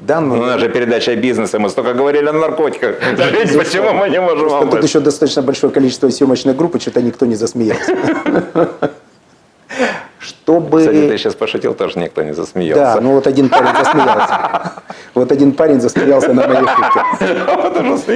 [SPEAKER 2] Да, но-
[SPEAKER 1] Ну, у нас же передача о бизнесе, мы столько говорили о наркотиках. Жень, почему мы не можем
[SPEAKER 2] Просто
[SPEAKER 1] об
[SPEAKER 2] тут
[SPEAKER 1] этом?
[SPEAKER 2] еще достаточно большое количество съемочной группы, что-то никто не засмеялся.
[SPEAKER 1] Кстати, ты
[SPEAKER 2] Чтобы...
[SPEAKER 1] сейчас пошутил, тоже никто не
[SPEAKER 2] Да,
[SPEAKER 1] засмеялся.
[SPEAKER 2] ну вот один парень засмеялся. Вот один парень засмеялся на моей шутке.
[SPEAKER 1] Потому что-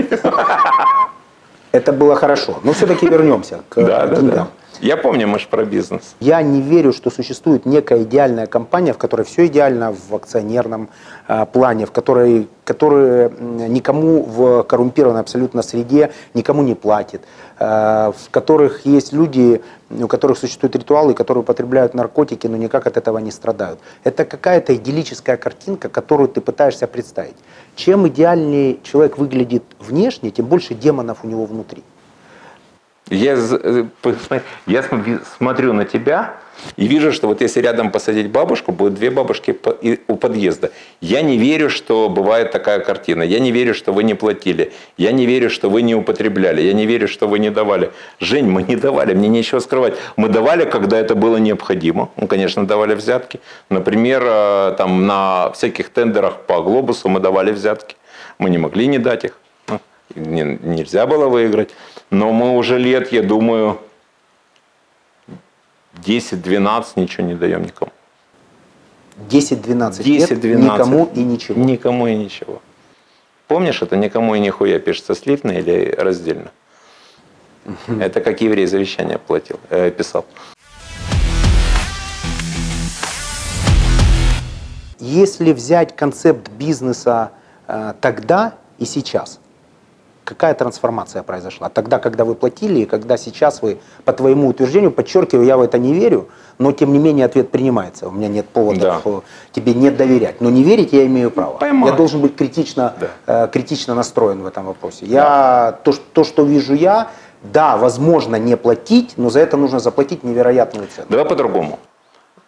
[SPEAKER 2] Это было хорошо. Но все-таки вернемся к
[SPEAKER 1] Да, да,
[SPEAKER 2] деньгам.
[SPEAKER 1] да. Я помню, мы же про бизнес.
[SPEAKER 2] Я не верю, что существует некая идеальная компания, в которой все идеально в акционерном э, плане, в которой которые м, никому в коррумпированной абсолютно среде никому не платит, э, в которых есть люди, у которых существуют ритуалы, которые употребляют наркотики, но никак от этого не страдают. Это какая-то идиллическая картинка, которую ты пытаешься представить. Чем идеальнее человек выглядит внешне, тем больше демонов у него внутри.
[SPEAKER 1] Я, з- э, посмотри, я см- смотрю на тебя и вижу, что вот если рядом посадить бабушку, будет две бабушки по- и- у подъезда. Я не верю, что бывает такая картина. Я не верю, что вы не платили. Я не верю, что вы не употребляли. Я не верю, что вы не давали. Жень, мы не давали, мне нечего скрывать. Мы давали, когда это было необходимо. Мы, конечно, давали взятки. Например, э, там на всяких тендерах по глобусу мы давали взятки. Мы не могли не дать их. Ну, не- нельзя было выиграть. Но мы уже лет, я думаю, 10-12 ничего не даем никому.
[SPEAKER 2] 10-12 лет
[SPEAKER 1] 10-12.
[SPEAKER 2] никому и ничего.
[SPEAKER 1] Никому и ничего. Помнишь это? Никому и нихуя пишется слитно или раздельно? Это как еврей завещание платил, э, писал.
[SPEAKER 2] Если взять концепт бизнеса э, тогда и сейчас, Какая трансформация произошла? Тогда, когда вы платили, и когда сейчас вы, по твоему утверждению, подчеркиваю, я в это не верю, но тем не менее ответ принимается. У меня нет повода
[SPEAKER 1] Да.
[SPEAKER 2] тебе не доверять. Но не верить я имею право.
[SPEAKER 1] Поймаю.
[SPEAKER 2] Я должен быть критично, э, критично настроен в этом вопросе. Я, то, что, то, что вижу я, да, возможно не платить, но за это нужно заплатить невероятную цену.
[SPEAKER 1] Давай по-другому.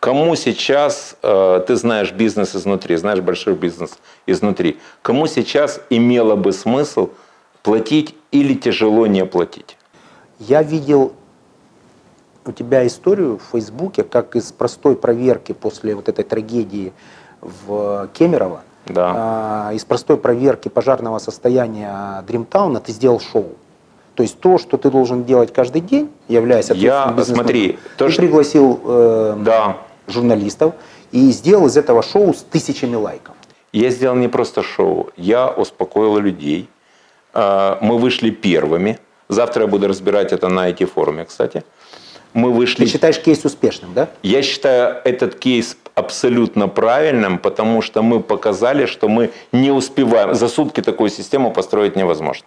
[SPEAKER 1] Кому сейчас, э, ты знаешь бизнес изнутри, знаешь большой бизнес изнутри, кому сейчас имело бы смысл платить или тяжело не платить?
[SPEAKER 2] Я видел у тебя историю в Фейсбуке, как из простой проверки после вот этой трагедии в Кемерово,
[SPEAKER 1] Да.
[SPEAKER 2] а, из простой проверки пожарного состояния Дримтауна ты сделал шоу. То есть то, что ты должен делать каждый день, являясь
[SPEAKER 1] Я-
[SPEAKER 2] ответственным бизнесменом,
[SPEAKER 1] смотри, то,
[SPEAKER 2] ты
[SPEAKER 1] что-
[SPEAKER 2] пригласил э,
[SPEAKER 1] Да.
[SPEAKER 2] журналистов и сделал из этого шоу с тысячами лайков.
[SPEAKER 1] Я сделал не просто шоу, я успокоил людей. Э, Мы вышли первыми. Завтра я буду разбирать это на IT-форуме, кстати. Мы
[SPEAKER 2] Ты
[SPEAKER 1] вышли
[SPEAKER 2] считаешь кейс успешным, да?
[SPEAKER 1] Я считаю этот кейс абсолютно правильным, потому что мы показали, что мы не успеваем. За сутки такую систему построить невозможно.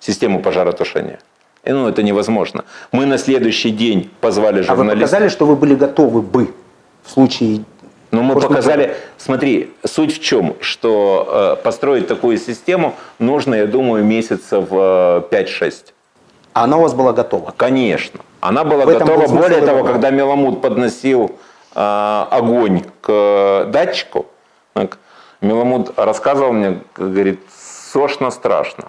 [SPEAKER 1] Систему пожаротушения. И, Ну, это невозможно. Мы на следующий день позвали
[SPEAKER 2] А вы
[SPEAKER 1] журналистов.
[SPEAKER 2] показали, что вы были готовы бы в случае...
[SPEAKER 1] Но Ну, мы
[SPEAKER 2] Просто
[SPEAKER 1] показали, смотри, суть в чем, что э, построить такую систему нужно, я думаю, месяцев э, 5-6.
[SPEAKER 2] А она у вас была готова.
[SPEAKER 1] Конечно. Она была
[SPEAKER 2] В этом
[SPEAKER 1] готова.
[SPEAKER 2] был смысл
[SPEAKER 1] Более того,
[SPEAKER 2] выбора.
[SPEAKER 1] когда Меламут подносил э, огонь к э, датчику, так, Меламут рассказывал мне, говорит, сошно страшно.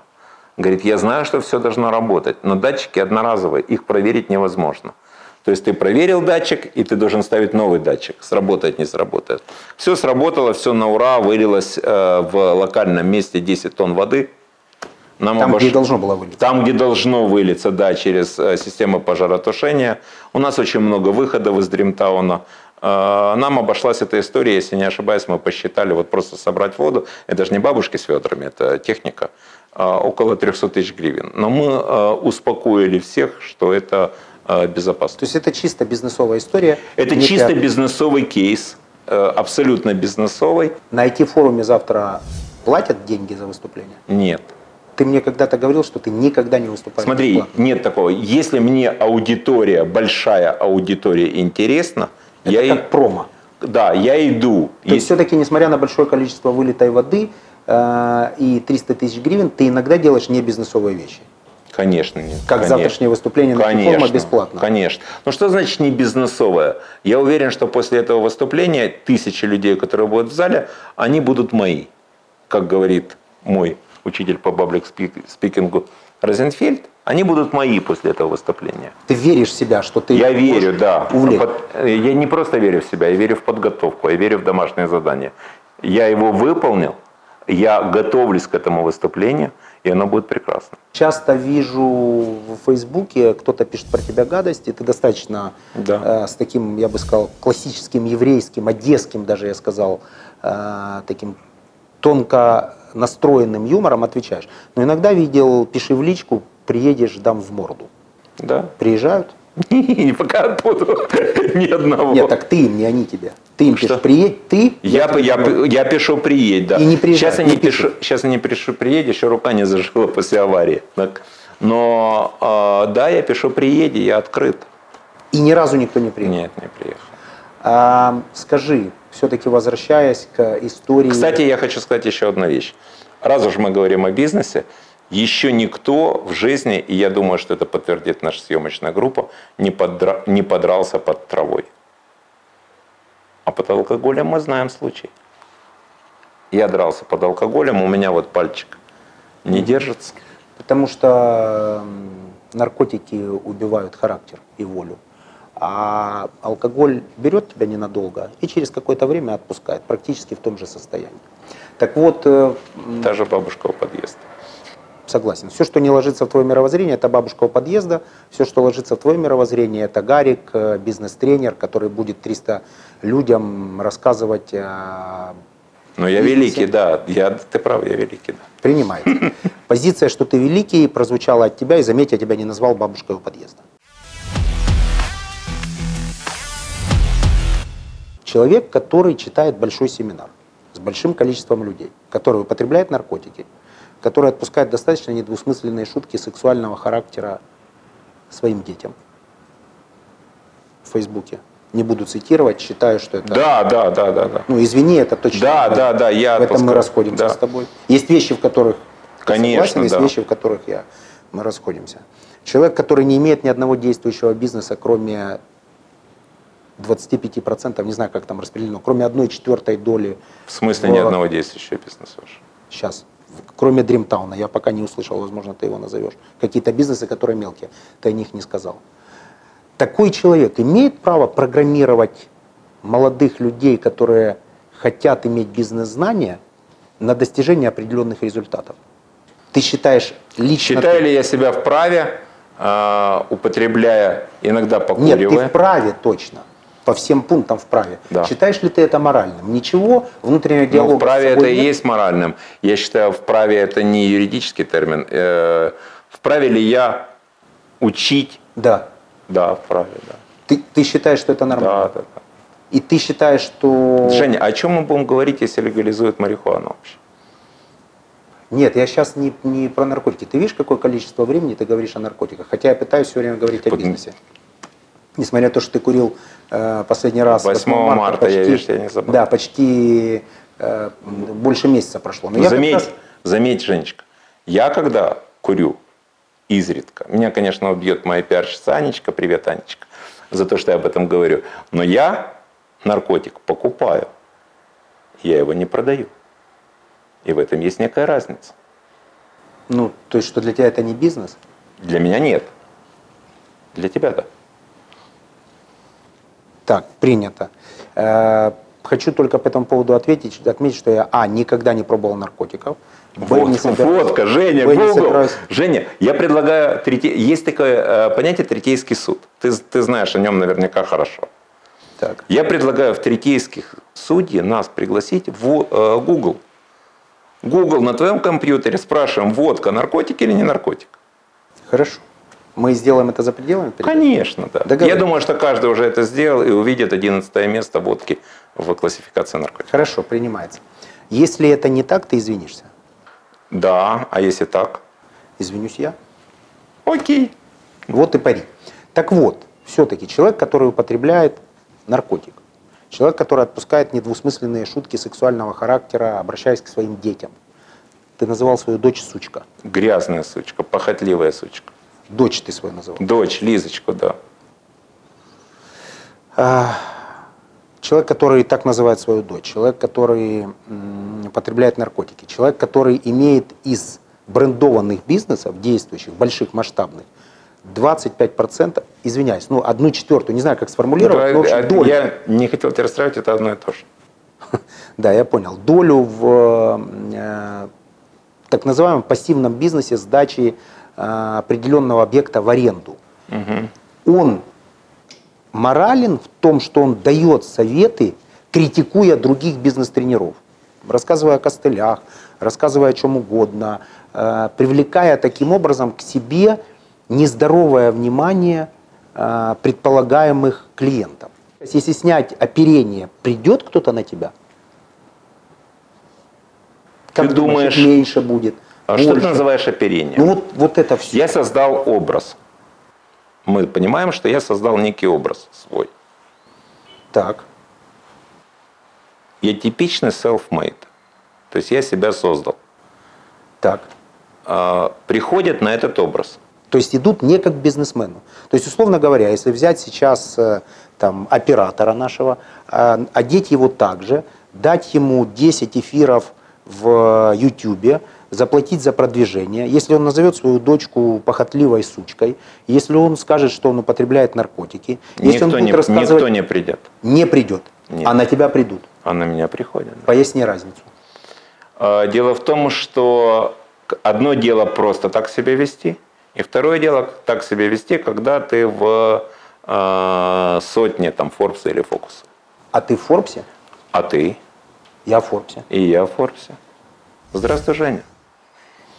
[SPEAKER 1] Говорит, я знаю, что все должно работать, но датчики одноразовые, их проверить невозможно. То есть ты проверил датчик, и ты должен ставить новый датчик. Сработает, не сработает. Все сработало, все на ура, вылилось э, в локальном месте 10 тонн воды. Нам
[SPEAKER 2] Там, где
[SPEAKER 1] обошлось-
[SPEAKER 2] и должно было вылиться.
[SPEAKER 1] там, где должно вылиться, да, через э, систему пожаротушения. У нас очень много выходов из Дримтауна. Э, Нам обошлась эта история, если не ошибаюсь, мы посчитали, вот просто собрать воду, это же не бабушки с ведрами, это техника, э, около 300 тысяч гривен. Но мы э, успокоили всех, что это э, безопасно.
[SPEAKER 2] То есть это чисто бизнесовая история.
[SPEAKER 1] Это
[SPEAKER 2] Не
[SPEAKER 1] чисто
[SPEAKER 2] пиар.
[SPEAKER 1] бизнесовый кейс, э, абсолютно бизнесовый.
[SPEAKER 2] На IT-форуме завтра платят деньги за выступление?
[SPEAKER 1] Нет,
[SPEAKER 2] Ты мне когда-то говорил, что ты никогда не выступаешь
[SPEAKER 1] Смотри,
[SPEAKER 2] бесплатно.
[SPEAKER 1] нет такого. Если мне аудитория, большая аудитория интересна, я,
[SPEAKER 2] Это
[SPEAKER 1] и-
[SPEAKER 2] как промо.
[SPEAKER 1] да, я иду.
[SPEAKER 2] То есть
[SPEAKER 1] Если-
[SPEAKER 2] все-таки, несмотря на большое количество вылитой воды э, и 300 тысяч гривен, ты иногда делаешь не бизнесовые вещи.
[SPEAKER 1] Конечно, нет.
[SPEAKER 2] Как
[SPEAKER 1] конечно.
[SPEAKER 2] завтрашнее выступление на
[SPEAKER 1] Конечно,
[SPEAKER 2] IT-форуме бесплатно.
[SPEAKER 1] Конечно. Ну что значит не бизнесовое? Я уверен, что после этого выступления тысячи людей, которые будут в зале, они будут мои. Как говорит мой учитель по паблик-спикингу Розенфельд, они будут мои после этого выступления.
[SPEAKER 2] Ты веришь в себя, что ты
[SPEAKER 1] Я
[SPEAKER 2] можешь
[SPEAKER 1] верю, да.
[SPEAKER 2] увлечь.
[SPEAKER 1] Под- э, Я не просто верю в себя, я верю в подготовку, я верю в домашнее задание. Я его выполнил, я готовлюсь к этому выступлению, и оно будет прекрасно.
[SPEAKER 2] Часто вижу в Фейсбуке, кто-то пишет про тебя гадости, ты достаточно
[SPEAKER 1] Да.
[SPEAKER 2] э, с таким, я бы сказал, классическим еврейским, одесским даже, я сказал, э, таким тонко настроенным юмором отвечаешь. Но иногда видел, пиши в личку, приедешь, дам в морду.
[SPEAKER 1] Да.
[SPEAKER 2] Приезжают?
[SPEAKER 1] И пока оттуда ни одного.
[SPEAKER 2] Нет, так ты им, не они тебе. Ты им
[SPEAKER 1] Ну, Что?
[SPEAKER 2] пишешь, приедь, ты.
[SPEAKER 1] Я,
[SPEAKER 2] тебе
[SPEAKER 1] п- я,
[SPEAKER 2] дам в морду».
[SPEAKER 1] п- я пишу приедь, да.
[SPEAKER 2] И не приезжай,
[SPEAKER 1] сейчас я не
[SPEAKER 2] не пиши.
[SPEAKER 1] пишу, сейчас я не пишу приедь, еще рука не зажила после аварии. Так. Но э, да, я пишу приедь, и я открыт.
[SPEAKER 2] И ни разу никто не приехал.
[SPEAKER 1] Нет, не приехал.
[SPEAKER 2] А, скажи, все-таки возвращаясь к истории...
[SPEAKER 1] Кстати, я хочу сказать еще одну вещь. Раз уж мы говорим о бизнесе, еще никто в жизни, и я думаю, что это подтвердит наша съемочная группа, не, подра- не подрался под травой. А под алкоголем мы знаем случай. Я дрался под алкоголем, у меня вот пальчик не держится.
[SPEAKER 2] Потому что м, наркотики убивают характер и волю. А алкоголь берет тебя ненадолго и через какое-то время отпускает, практически в том же состоянии. Так вот, э, м,
[SPEAKER 1] Та же бабушка у подъезда.
[SPEAKER 2] согласен, все, что не ложится в твое мировоззрение, это бабушка у подъезда, все, что ложится в твое мировоззрение, это Гарик, э, бизнес-тренер, который будет 300 людям рассказывать о
[SPEAKER 1] Но я великий, да. Я, ты прав, я великий, да.
[SPEAKER 2] Принимается. Позиция, что ты великий, прозвучала от тебя, и заметь, я тебя не назвал бабушкой у подъезда. Человек, который читает большой семинар с большим количеством людей, который употребляет наркотики, которые отпускают достаточно недвусмысленные шутки сексуального характера своим детям в Фейсбуке. Не буду цитировать, считаю, что это...
[SPEAKER 1] Да, да, да, да, да.
[SPEAKER 2] Ну, извини, это точно.
[SPEAKER 1] Да,
[SPEAKER 2] не
[SPEAKER 1] да,
[SPEAKER 2] так.
[SPEAKER 1] да, я
[SPEAKER 2] В этом мы
[SPEAKER 1] отпускаю,
[SPEAKER 2] расходимся
[SPEAKER 1] да.
[SPEAKER 2] с тобой. Есть вещи, в которых ты
[SPEAKER 1] Конечно,
[SPEAKER 2] согласен, есть
[SPEAKER 1] да.
[SPEAKER 2] вещи, в которых я, мы расходимся. Человек, который не имеет ни одного действующего бизнеса, кроме 25%, не знаю, как там распределено, кроме одной четвертой доли
[SPEAKER 1] В смысле ни
[SPEAKER 2] Вот.
[SPEAKER 1] одного действующего бизнеса вашего.
[SPEAKER 2] сейчас, кроме Дримтауна, я пока не услышал, возможно, ты его назовешь, какие-то бизнесы, которые мелкие, ты о них не сказал. Такой человек имеет право программировать молодых людей, которые хотят иметь бизнес-знания, на достижение определенных результатов. Ты считаешь лично...
[SPEAKER 1] Считаю ли я себя вправе, а, употребляя, иногда покуривая?
[SPEAKER 2] Нет, ты вправе точно. По всем пунктам вправе.
[SPEAKER 1] Да.
[SPEAKER 2] Считаешь ли ты это моральным? Ничего внутреннего
[SPEAKER 1] Ну,
[SPEAKER 2] диалога. с
[SPEAKER 1] вправе
[SPEAKER 2] собой
[SPEAKER 1] это и
[SPEAKER 2] нет?
[SPEAKER 1] есть моральным. Я считаю, вправе это не юридический термин. Э, Вправе ли я учить?
[SPEAKER 2] Да.
[SPEAKER 1] Да, вправе, да.
[SPEAKER 2] Ты, ты считаешь, что это нормально?
[SPEAKER 1] Да, да, да.
[SPEAKER 2] И ты считаешь, что...
[SPEAKER 1] Женя, о чем мы будем говорить, если легализуют марихуану вообще?
[SPEAKER 2] Нет, я сейчас не, не про наркотики. Ты видишь, какое количество времени ты говоришь о наркотиках? Хотя я пытаюсь все время говорить о
[SPEAKER 1] Под-
[SPEAKER 2] бизнесе. Несмотря на то, что ты курил э, последний раз
[SPEAKER 1] 8 марта, я, видишь, я не забыл.
[SPEAKER 2] Да, почти э, м, больше месяца прошло. Но
[SPEAKER 1] Ну,
[SPEAKER 2] я как
[SPEAKER 1] заметь,
[SPEAKER 2] раз-
[SPEAKER 1] заметь, Женечка, я когда курю изредка, меня, конечно, убьет моя пиарщица Анечка, привет, Анечка, за то, что я об этом говорю, но я наркотик покупаю, я его не продаю. И в этом есть некая разница.
[SPEAKER 2] ну, то есть, что для тебя это не бизнес?
[SPEAKER 1] Для меня нет. Для тебя да.
[SPEAKER 2] Так, принято. Э, хочу только по этому поводу ответить, отметить, что я, а, никогда не пробовал наркотиков. Б, не
[SPEAKER 1] Вот,
[SPEAKER 2] собираюсь-
[SPEAKER 1] фотка, Женя,
[SPEAKER 2] Б, не
[SPEAKER 1] Google.
[SPEAKER 2] собираюсь.
[SPEAKER 1] Женя, я предлагаю, третей- есть такое э, понятие третейский суд. Ты, ты знаешь о нем наверняка хорошо.
[SPEAKER 2] Так.
[SPEAKER 1] Я предлагаю в третейских судьи нас пригласить в э, Google. Google на твоем компьютере спрашиваем, водка, наркотик или не наркотик?
[SPEAKER 2] Хорошо. Мы сделаем это за пределами? передачи?
[SPEAKER 1] Конечно, да.
[SPEAKER 2] Договорились.
[SPEAKER 1] Я думаю, что каждый уже это сделал и увидит 11 место водки в классификации наркотиков.
[SPEAKER 2] Хорошо, принимается. Если это не так, ты извинишься.
[SPEAKER 1] Да, а если так?
[SPEAKER 2] Извинюсь я.
[SPEAKER 1] Окей.
[SPEAKER 2] Вот и пари. Так вот, все-таки человек, который употребляет наркотик, человек, который отпускает недвусмысленные шутки сексуального характера, обращаясь к своим детям. Ты называл свою дочь сучка.
[SPEAKER 1] Грязная сучка, похотливая сучка.
[SPEAKER 2] Дочь ты свою называл.
[SPEAKER 1] Дочь, Лизочку, да.
[SPEAKER 2] А, Человек, который так называет свою дочь, человек, который м, употребляет наркотики, человек, который имеет из брендованных бизнесов, действующих, больших, масштабных, 25%, извиняюсь, ну, одну четвертую, не знаю, как сформулировать,
[SPEAKER 1] Да,
[SPEAKER 2] но, в общем,
[SPEAKER 1] а,
[SPEAKER 2] долю.
[SPEAKER 1] я не хотел тебя расстраивать, это одно и то же.
[SPEAKER 2] Да, я понял. Долю в э, так называемом пассивном бизнесе сдачи э, определенного объекта в аренду. Он морален в том, что он дает советы, критикуя других бизнес-тренеров, рассказывая о костылях, рассказывая о чем угодно, э, привлекая таким образом к себе нездоровое внимание э, предполагаемых клиентов. То есть, Если снять оперение, придет кто-то на тебя?
[SPEAKER 1] Ты
[SPEAKER 2] думаешь,
[SPEAKER 1] думаешь,
[SPEAKER 2] меньше будет?
[SPEAKER 1] А что ты
[SPEAKER 2] больше?
[SPEAKER 1] называешь оперением?
[SPEAKER 2] Ну вот, вот это все.
[SPEAKER 1] Я создал образ. Мы понимаем, что я создал некий образ свой.
[SPEAKER 2] Так,
[SPEAKER 1] Я типичный self-made. То есть я себя создал.
[SPEAKER 2] так.
[SPEAKER 1] А, Приходят на этот образ.
[SPEAKER 2] То есть идут не как к бизнесмену. То есть, условно говоря, если взять сейчас э, там, оператора нашего, э, одеть его так же, дать ему 10 эфиров в YouTube, заплатить за продвижение, если он назовет свою дочку похотливой сучкой, если он скажет, что он употребляет наркотики, если он
[SPEAKER 1] никто,
[SPEAKER 2] будет
[SPEAKER 1] не,
[SPEAKER 2] рассказывать,
[SPEAKER 1] никто не придет.
[SPEAKER 2] не придет,
[SPEAKER 1] Нет.
[SPEAKER 2] а на тебя придут.
[SPEAKER 1] А на меня приходят.
[SPEAKER 2] Поясни разницу.
[SPEAKER 1] А, Дело в том, что к- одно дело просто так себя вести, и второе дело так себя вести, когда ты в а, сотне там Форбса или Фокуса.
[SPEAKER 2] А ты в Форбсе?
[SPEAKER 1] А ты?
[SPEAKER 2] Я в Форбсе.
[SPEAKER 1] И я в Форбсе. Здравствуй, Женя.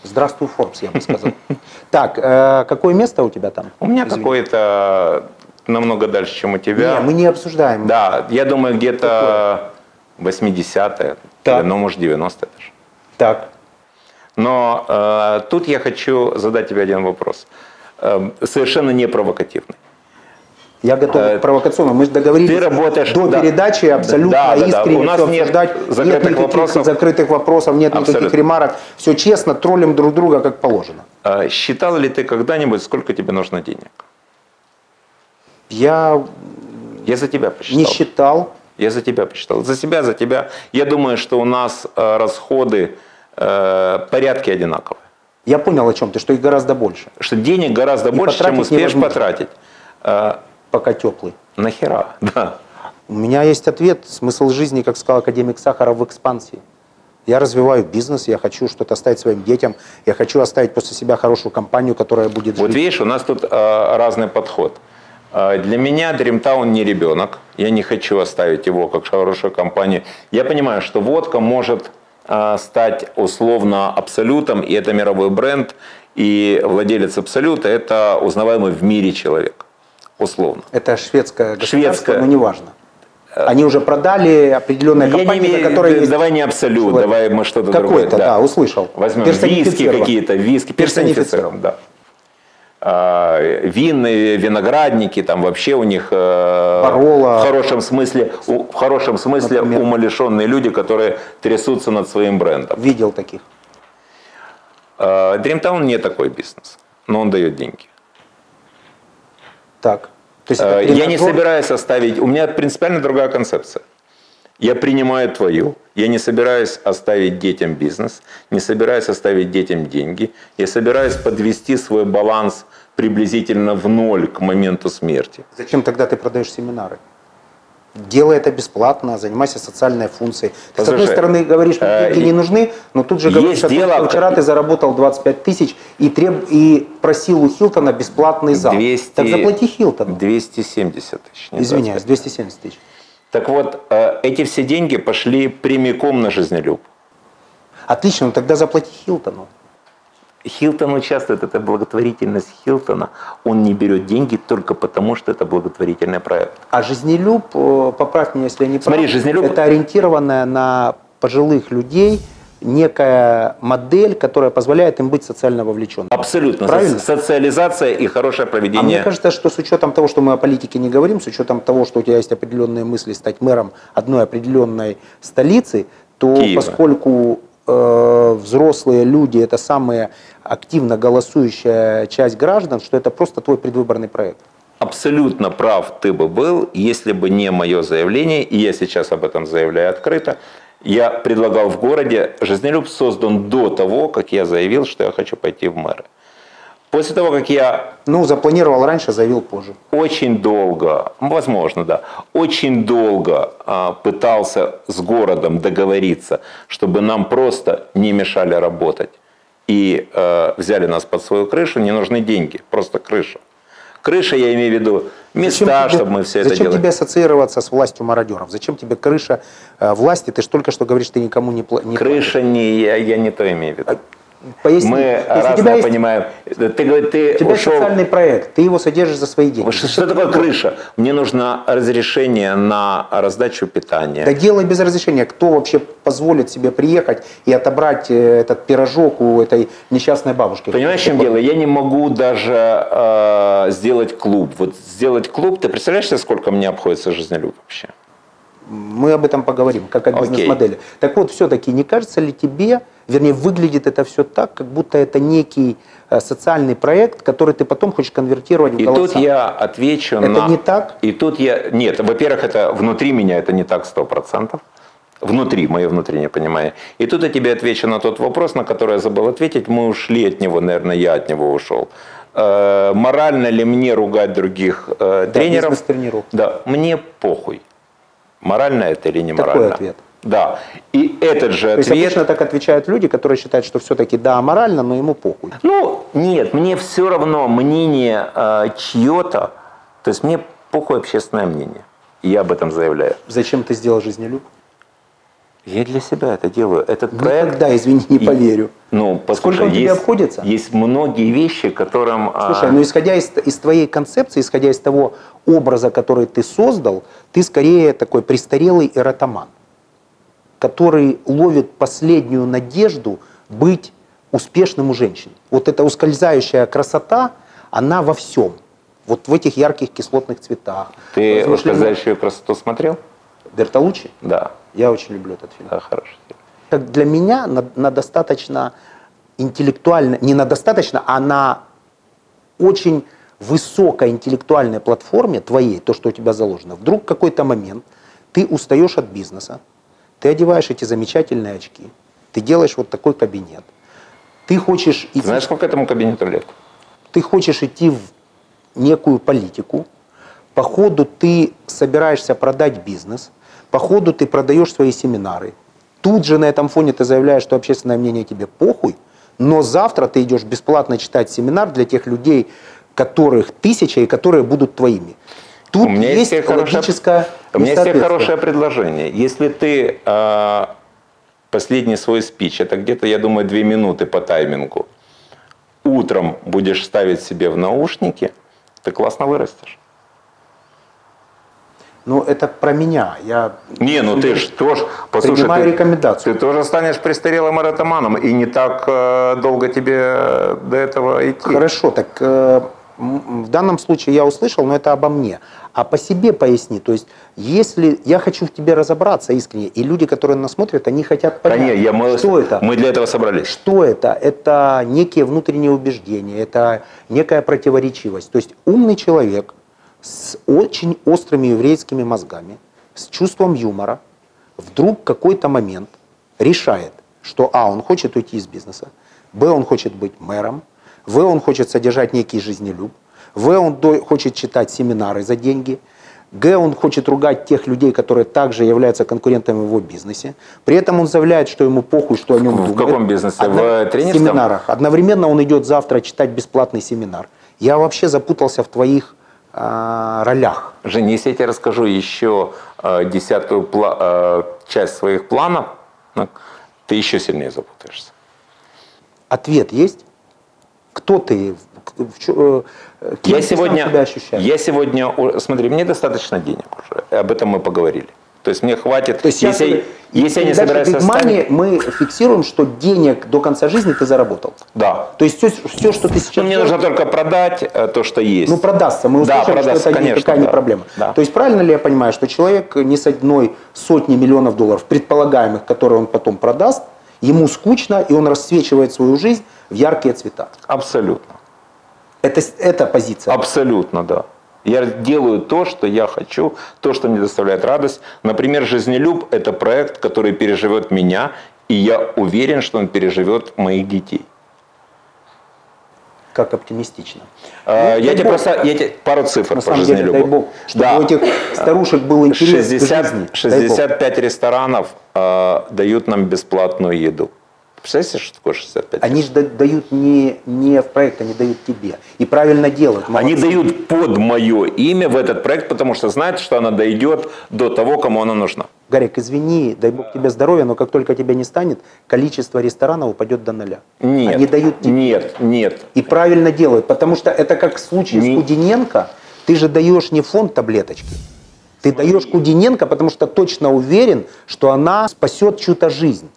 [SPEAKER 2] Здравствуй, Форбс, я бы сказал. Так, э, какое место у тебя там?
[SPEAKER 1] У меня
[SPEAKER 2] Извини.
[SPEAKER 1] какой-то намного дальше, чем у тебя.
[SPEAKER 2] Не, мы не обсуждаем.
[SPEAKER 1] Да, я думаю, где-то 80-е,
[SPEAKER 2] Так.
[SPEAKER 1] или, ну, может, 90-е даже.
[SPEAKER 2] Так.
[SPEAKER 1] Но э, тут я хочу задать тебе один вопрос, э, совершенно не провокативный.
[SPEAKER 2] Я готов
[SPEAKER 1] Э,
[SPEAKER 2] к провокационному. Мы же договорились
[SPEAKER 1] ты работаешь-
[SPEAKER 2] до
[SPEAKER 1] да.
[SPEAKER 2] передачи абсолютно
[SPEAKER 1] Да, да, да.
[SPEAKER 2] искренне
[SPEAKER 1] У нас
[SPEAKER 2] всё
[SPEAKER 1] нет
[SPEAKER 2] обсуждать.
[SPEAKER 1] закрытых
[SPEAKER 2] никаких
[SPEAKER 1] вопросов.
[SPEAKER 2] закрытых вопросов, нет никаких
[SPEAKER 1] Абсолютно.
[SPEAKER 2] ремарок. Все честно, троллим друг друга, как положено.
[SPEAKER 1] Э, считал ли ты когда-нибудь, сколько тебе нужно денег?
[SPEAKER 2] Я
[SPEAKER 1] Я за тебя посчитал.
[SPEAKER 2] не считал.
[SPEAKER 1] Я за тебя посчитал. За себя, за тебя. Я думаю, что у нас э, расходы э, порядки одинаковые.
[SPEAKER 2] Я понял, о чем ты, что их гораздо больше,
[SPEAKER 1] Что денег гораздо больше, чем
[SPEAKER 2] потратить
[SPEAKER 1] успеешь
[SPEAKER 2] невозможно.
[SPEAKER 1] потратить. Э,
[SPEAKER 2] пока теплый.
[SPEAKER 1] нахера? Да.
[SPEAKER 2] У меня есть ответ. Смысл жизни, как сказал академик Сахаров, в экспансии. Я развиваю бизнес, я хочу что-то оставить своим детям, я хочу оставить после себя хорошую компанию, которая будет
[SPEAKER 1] Вот
[SPEAKER 2] жить.
[SPEAKER 1] видишь, у нас тут э, разный подход. Э, Для меня Dreamtown не ребенок. Я не хочу оставить его как хорошую компанию. Я понимаю, что водка может э, стать условно абсолютом, и это мировой бренд, и владелец абсолюта – это узнаваемый в мире человек. Условно.
[SPEAKER 2] Это шведское государство,
[SPEAKER 1] Шведское. Ну,
[SPEAKER 2] но неважно. Они уже продали определенные
[SPEAKER 1] Я не
[SPEAKER 2] компании,
[SPEAKER 1] имею-
[SPEAKER 2] на которые есть
[SPEAKER 1] Давай не абсолют,
[SPEAKER 2] человек.
[SPEAKER 1] давай мы что-то другое.
[SPEAKER 2] Какое-то, да, услышал.
[SPEAKER 1] Возьмем виски
[SPEAKER 2] Персонифицировано.
[SPEAKER 1] какие-то, виски, персонифицирован,
[SPEAKER 2] Персонифицирован.
[SPEAKER 1] да. А, Винные, виноградники, там вообще у них э,
[SPEAKER 2] Барола.
[SPEAKER 1] в хорошем смысле, у- в хорошем смысле
[SPEAKER 2] Например.
[SPEAKER 1] умалишенные люди, которые трясутся над своим брендом.
[SPEAKER 2] Видел таких.
[SPEAKER 1] А, Dreamtown не такой бизнес, но он дает деньги.
[SPEAKER 2] Так. То есть это
[SPEAKER 1] Э, Я не
[SPEAKER 2] тренажер.
[SPEAKER 1] собираюсь оставить. У меня принципиально другая концепция. Я принимаю твою. Я не собираюсь оставить детям бизнес, не собираюсь оставить детям деньги. Я собираюсь подвести свой баланс приблизительно в ноль к моменту смерти.
[SPEAKER 2] Зачем тогда ты продаешь семинары? Делай это бесплатно, занимайся социальной функцией. Ты, с одной
[SPEAKER 1] Слушай,
[SPEAKER 2] стороны, говоришь,
[SPEAKER 1] э,
[SPEAKER 2] мне деньги
[SPEAKER 1] и-
[SPEAKER 2] не нужны, но тут же
[SPEAKER 1] есть
[SPEAKER 2] говоришь, о том,
[SPEAKER 1] дело-
[SPEAKER 2] что вчера ты заработал 25 тысяч и, треб... и просил у Хилтона бесплатный зал.
[SPEAKER 1] 200
[SPEAKER 2] Так заплати Хилтону.
[SPEAKER 1] 270 тысяч. не
[SPEAKER 2] Извиняюсь,
[SPEAKER 1] 25.
[SPEAKER 2] 270 тысяч.
[SPEAKER 1] Так вот, э, эти все деньги пошли прямиком на жизнелюб.
[SPEAKER 2] Отлично, ну тогда заплати Хилтону.
[SPEAKER 1] Хилтон участвует, это благотворительность Хилтона. Он не берет деньги только потому, что это благотворительный проект.
[SPEAKER 2] А жизнелюб, э, поправь меня, если я не прав,
[SPEAKER 1] Смотри, «Жизнелюб»
[SPEAKER 2] это ориентированная на пожилых людей некая модель, которая позволяет им быть социально вовлеченными.
[SPEAKER 1] Абсолютно.
[SPEAKER 2] Правильно?
[SPEAKER 1] Со- Социализация и хорошее
[SPEAKER 2] А
[SPEAKER 1] проведение.
[SPEAKER 2] мне кажется, что с учетом того, что мы о политике не говорим, с учетом того, что у тебя есть определенные мысли стать мэром одной определенной столицы, то
[SPEAKER 1] Киева.
[SPEAKER 2] поскольку э, взрослые люди это самая активно голосующая часть граждан, что это просто твой предвыборный проект.
[SPEAKER 1] Абсолютно прав ты бы был, если бы не мое заявление, и я сейчас об этом заявляю открыто. Я предлагал в городе, жизнелюб создан до того, как я заявил, что я хочу пойти в мэры. После того, как я
[SPEAKER 2] Ну, запланировал раньше, заявил позже.
[SPEAKER 1] очень долго, ну, возможно, да, очень долго а, пытался с городом договориться, чтобы нам просто не мешали работать. И э, взяли нас под свою крышу, не нужны деньги, просто крыша. Крыша, я имею в виду места,
[SPEAKER 2] тебе-
[SPEAKER 1] чтобы мы все это
[SPEAKER 2] зачем
[SPEAKER 1] делали.
[SPEAKER 2] тебе ассоциироваться с властью мародеров? Зачем тебе крыша э, власти? Ты же только что говоришь, ты никому не, пла- не
[SPEAKER 1] Крыша не, я, я не то имею в виду.
[SPEAKER 2] платишь. Поясни.
[SPEAKER 1] Мы
[SPEAKER 2] То есть у А, тебя
[SPEAKER 1] разное
[SPEAKER 2] есть-
[SPEAKER 1] понимаем. Ты, говоришь, ты
[SPEAKER 2] у тебя есть
[SPEAKER 1] ушел...
[SPEAKER 2] социальный проект, ты его содержишь за свои деньги.
[SPEAKER 1] Что, что такое крыша? Мне нужно разрешение на раздачу питания.
[SPEAKER 2] Да делай без разрешения. Кто вообще позволит себе приехать и отобрать э, этот пирожок у этой несчастной бабушки?
[SPEAKER 1] Понимаешь, в чем дело? Я не могу даже э, сделать клуб. Вот сделать клуб, ты представляешь себе, сколько мне обходится жизнелюб вообще?
[SPEAKER 2] Мы об этом поговорим, как о
[SPEAKER 1] Окей.
[SPEAKER 2] бизнес-модели. Так вот, все-таки не кажется ли тебе, вернее, выглядит это все так, как будто это некий э, социальный проект, который ты потом хочешь конвертировать в
[SPEAKER 1] И
[SPEAKER 2] голоса?
[SPEAKER 1] тут я отвечу
[SPEAKER 2] Это
[SPEAKER 1] на...
[SPEAKER 2] не так?
[SPEAKER 1] И тут я... Нет, во-первых, это внутри меня это не так 100%. Внутри, мое внутреннее понимание. И тут я тебе отвечу на тот вопрос, на который я забыл ответить. Мы ушли от него, наверное, я от него ушел. Э, морально ли мне ругать других э,
[SPEAKER 2] Да,
[SPEAKER 1] тренеров?
[SPEAKER 2] бизнес-тренировка.
[SPEAKER 1] Да, мне похуй. Морально это или не
[SPEAKER 2] Такой
[SPEAKER 1] морально.
[SPEAKER 2] ответ.
[SPEAKER 1] Да. И этот же
[SPEAKER 2] То есть
[SPEAKER 1] ответ...
[SPEAKER 2] обычно так отвечают люди, которые считают, что все-таки да, аморально, но ему похуй.
[SPEAKER 1] Ну, нет, мне все равно мнение э, чье-то, то есть мне похуй общественное мнение. И я об этом заявляю.
[SPEAKER 2] Зачем ты сделал жизнелюб?
[SPEAKER 1] Я для себя это делаю. Этот проект...
[SPEAKER 2] Никогда, извини, не
[SPEAKER 1] И-
[SPEAKER 2] поверю.
[SPEAKER 1] Ну, послушай,
[SPEAKER 2] Ну, Сколько он тебе
[SPEAKER 1] есть-
[SPEAKER 2] обходится?
[SPEAKER 1] Есть многие вещи, которым... а,
[SPEAKER 2] Слушай, ну исходя из, из твоей концепции, исходя из того образа, который ты создал, ты скорее такой престарелый эротоман, который ловит последнюю надежду быть успешным у женщин. Вот эта ускользающая красота, она во всем. Вот в этих ярких кислотных цветах.
[SPEAKER 1] Ты
[SPEAKER 2] Возможно,
[SPEAKER 1] «Ускользающую красоту» смотрел?
[SPEAKER 2] Бертолуччи?
[SPEAKER 1] Да.
[SPEAKER 2] Я очень люблю этот фильм.
[SPEAKER 1] Да, хороший. фильм.
[SPEAKER 2] Как для меня на, на достаточно интеллектуально, не на достаточно, а на очень высокой интеллектуальной платформе твоей, то, что у тебя заложено, вдруг какой-то момент ты устаешь от бизнеса, ты одеваешь эти замечательные очки, ты делаешь вот такой кабинет, ты хочешь идти,
[SPEAKER 1] Ты знаешь, сколько этому кабинету лет?
[SPEAKER 2] ты хочешь идти в некую политику, по ходу ты собираешься продать бизнес, по ходу ты продаешь свои семинары, тут же на этом фоне ты заявляешь, что общественное мнение тебе похуй, но завтра ты идешь бесплатно читать семинар для тех людей, которых тысяча и которые будут твоими. Тут
[SPEAKER 1] У меня
[SPEAKER 2] есть
[SPEAKER 1] есть тебе хорошее-
[SPEAKER 2] логическое
[SPEAKER 1] У меня есть тебе
[SPEAKER 2] несоответствие.
[SPEAKER 1] хорошее предложение. Если ты э, последний свой спич, это где-то, я думаю, две минуты по таймингу, утром будешь ставить себе в наушники, ты классно вырастешь.
[SPEAKER 2] Ну, это про меня. Я
[SPEAKER 1] Не, ну ты же тоже, послушай,
[SPEAKER 2] Принимаю
[SPEAKER 1] ты,
[SPEAKER 2] рекомендацию.
[SPEAKER 1] ты тоже станешь престарелым аратоманом, и не так э, долго тебе э, до этого идти.
[SPEAKER 2] Хорошо, так э, м, в данном случае я услышал, но это обо мне. А по себе поясни. То есть, если я хочу в тебе разобраться искренне, и люди, которые нас смотрят, они хотят понять,
[SPEAKER 1] Конечно, я, мы,
[SPEAKER 2] что это.
[SPEAKER 1] мы для этого собрались.
[SPEAKER 2] Что это? Это некие внутренние убеждения, это некая противоречивость. То есть умный человек с очень острыми еврейскими мозгами, с чувством юмора, вдруг какой-то момент решает, что а, он хочет уйти из бизнеса, б, он хочет быть мэром, в, он хочет содержать некий жизнелюб, в, он до- хочет читать семинары за деньги, Г, он хочет ругать тех людей, которые также являются конкурентами в его бизнесе. При этом он заявляет, что ему похуй, что о нем
[SPEAKER 1] В
[SPEAKER 2] думают.
[SPEAKER 1] каком бизнесе? В тренерском?
[SPEAKER 2] семинарах. Одновременно он идет завтра читать бесплатный семинар. Я вообще запутался в твоих а, ролях.
[SPEAKER 1] Женя, если я тебе расскажу еще э, десятую пла- э, часть своих планов, ну, ты еще сильнее запутаешься.
[SPEAKER 2] Ответ есть? Кто ты? В- в чё- э, кем
[SPEAKER 1] я
[SPEAKER 2] ты сам
[SPEAKER 1] сегодня,
[SPEAKER 2] себя ощущаешь?
[SPEAKER 1] я сегодня, у- смотри, мне достаточно денег уже, об этом мы поговорили. То есть мне хватит,
[SPEAKER 2] То есть сейчас
[SPEAKER 1] если,
[SPEAKER 2] мы-
[SPEAKER 1] если я не
[SPEAKER 2] передача
[SPEAKER 1] собираюсь
[SPEAKER 2] Big Money мы фиксируем, что денег до конца жизни ты заработал.
[SPEAKER 1] да.
[SPEAKER 2] То есть все, что ты сейчас
[SPEAKER 1] Ну, мне
[SPEAKER 2] делаешь-
[SPEAKER 1] нужно только продать э, то, что есть.
[SPEAKER 2] Ну, продастся. Мы
[SPEAKER 1] Да,
[SPEAKER 2] услышим,
[SPEAKER 1] продастся,
[SPEAKER 2] что это
[SPEAKER 1] конечно,
[SPEAKER 2] никакая не
[SPEAKER 1] да.
[SPEAKER 2] проблема.
[SPEAKER 1] Да.
[SPEAKER 2] То есть правильно ли я понимаю, что человек не с одной сотни миллионов долларов, предполагаемых, которые он потом продаст, ему скучно, и он рассвечивает свою жизнь в яркие цвета.
[SPEAKER 1] Абсолютно.
[SPEAKER 2] Это, с- это позиция.
[SPEAKER 1] Абсолютно, да. Я делаю то, что я хочу, то, что мне доставляет радость. Например, «Жизнелюб» – это проект, который переживет меня, и я уверен, что он переживет моих детей.
[SPEAKER 2] Как оптимистично.
[SPEAKER 1] Э,
[SPEAKER 2] Ну,
[SPEAKER 1] я
[SPEAKER 2] дай
[SPEAKER 1] тебе
[SPEAKER 2] бог.
[SPEAKER 1] просто я тебе пару цифр по
[SPEAKER 2] На самом деле,
[SPEAKER 1] «Жизнелюбу».
[SPEAKER 2] дай бог, чтобы
[SPEAKER 1] Да.
[SPEAKER 2] у этих старушек был интерес к
[SPEAKER 1] 60,
[SPEAKER 2] жизни. Дай бог.
[SPEAKER 1] 65 ресторанов э, дают нам бесплатную еду. Представляете, что такое 65
[SPEAKER 2] Они же да- дают не, не в проект, они дают тебе. И правильно делают.
[SPEAKER 1] Они
[SPEAKER 2] Молодцы.
[SPEAKER 1] дают под мое имя в этот проект, потому что знают, что она дойдет до того, кому она нужна.
[SPEAKER 2] Гарик, извини, дай бог тебе здоровья, но как только тебя не станет, количество ресторанов упадет до ноля.
[SPEAKER 1] Нет.
[SPEAKER 2] Они дают тебе.
[SPEAKER 1] Нет, нет.
[SPEAKER 2] И правильно делают, потому что это как в случае
[SPEAKER 1] Не-
[SPEAKER 2] с Кудиненко, ты же даешь не фонд таблеточки, ты даешь Кудиненко, потому что точно уверен, что она спасет чью-то жизнь.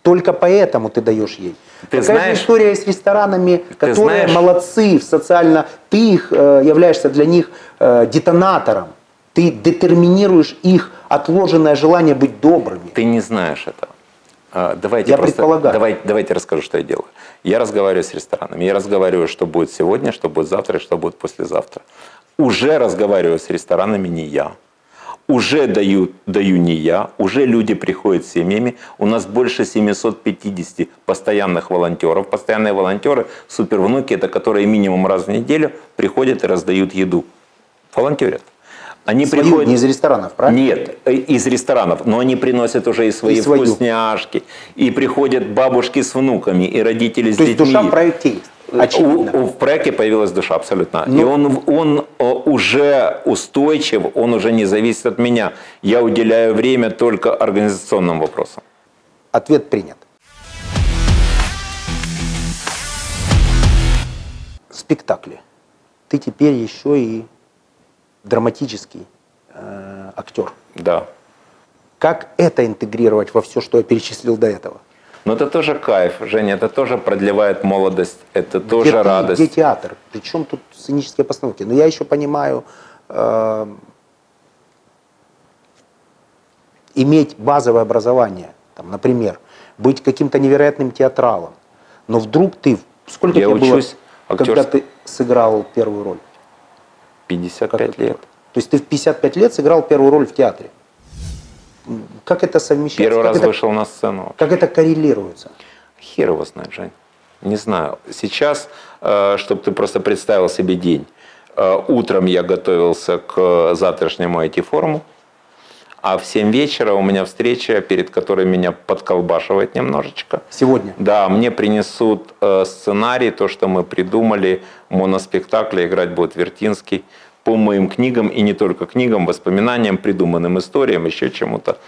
[SPEAKER 2] Только поэтому ты даешь ей.
[SPEAKER 1] Ты
[SPEAKER 2] Такая
[SPEAKER 1] знаешь-
[SPEAKER 2] же история и с ресторанами, которые
[SPEAKER 1] знаешь-
[SPEAKER 2] молодцы в социально, ты их э, являешься для них э, детонатором, ты детерминируешь их отложенное желание быть добрыми.
[SPEAKER 1] Ты не знаешь этого. А, Давайте
[SPEAKER 2] Я
[SPEAKER 1] просто,
[SPEAKER 2] предполагаю.
[SPEAKER 1] Давай, давайте расскажу, что я делаю. Я разговариваю с ресторанами. Я разговариваю, что будет сегодня, что будет завтра и что будет послезавтра. Уже разговариваю с ресторанами не я. Уже даю, даю не я. Уже люди приходят с семьями. У нас больше 750 постоянных волонтеров. Постоянные волонтеры, супервнуки, это которые минимум раз в неделю приходят и раздают еду. Волонтерят. Они
[SPEAKER 2] Свою,
[SPEAKER 1] приходят...
[SPEAKER 2] не из ресторанов, правильно?
[SPEAKER 1] Нет, э, из ресторанов, но они приносят уже и свои
[SPEAKER 2] А? И свою.
[SPEAKER 1] вкусняшки, и приходят бабушки с внуками, и родители с
[SPEAKER 2] То есть
[SPEAKER 1] детьми.
[SPEAKER 2] душа в проекте есть, очевидно.
[SPEAKER 1] У- у- в проекте появилась душа абсолютно.
[SPEAKER 2] Ну.
[SPEAKER 1] И он, в- он э, уже устойчив, он уже не зависит от меня. Я уделяю время только организационным вопросам.
[SPEAKER 2] Ответ принят. Спектакли. Ты теперь еще и драматический э, актер.
[SPEAKER 1] Да.
[SPEAKER 2] Как это интегрировать во все, что я перечислил до этого?
[SPEAKER 1] Но это тоже кайф, Женя, это тоже продлевает молодость, это тоже
[SPEAKER 2] где ты,
[SPEAKER 1] радость.
[SPEAKER 2] Где театр? Причем тут сценические постановки? Но я еще понимаю, э, иметь базовое образование, там, например, быть каким-то невероятным театралом, но вдруг ты... Сколько
[SPEAKER 1] Я
[SPEAKER 2] тебе
[SPEAKER 1] учусь
[SPEAKER 2] было, когда
[SPEAKER 1] актерс-
[SPEAKER 2] ты сыграл первую роль?
[SPEAKER 1] 55
[SPEAKER 2] это
[SPEAKER 1] лет.
[SPEAKER 2] было? То есть ты в 55 лет сыграл первую роль в театре. М, Как это совмещается?
[SPEAKER 1] Первый
[SPEAKER 2] как
[SPEAKER 1] раз
[SPEAKER 2] это,
[SPEAKER 1] вышел на сцену.
[SPEAKER 2] Как это коррелируется?
[SPEAKER 1] Хер его знает, Жень. Не знаю. Сейчас, чтобы ты просто представил себе день. э, Утром я готовился к завтрашнему IT-форуму, а в 7 вечера у меня встреча, перед которой меня подколбашивает немножечко.
[SPEAKER 2] Сегодня.
[SPEAKER 1] Да, мне принесут э, сценарий, то, что мы придумали, моноспектакля, играть будет Вертинский, по моим книгам, и не только книгам, воспоминаниям, придуманным историям, еще чему-то.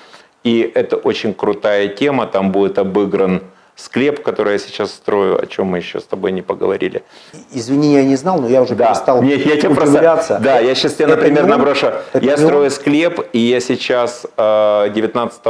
[SPEAKER 1] И это очень крутая тема, там будет обыгран склеп, который я сейчас строю, о чем мы еще с тобой не поговорили.
[SPEAKER 2] И- Извини, я не знал, но я уже перестал
[SPEAKER 1] Не, я тебе просто-
[SPEAKER 2] удивляться.
[SPEAKER 1] Да, я сейчас тебе,
[SPEAKER 2] Это
[SPEAKER 1] например,
[SPEAKER 2] не он?
[SPEAKER 1] наброшу.
[SPEAKER 2] Это
[SPEAKER 1] Я
[SPEAKER 2] не он?
[SPEAKER 1] строю склеп, и я сейчас э, 19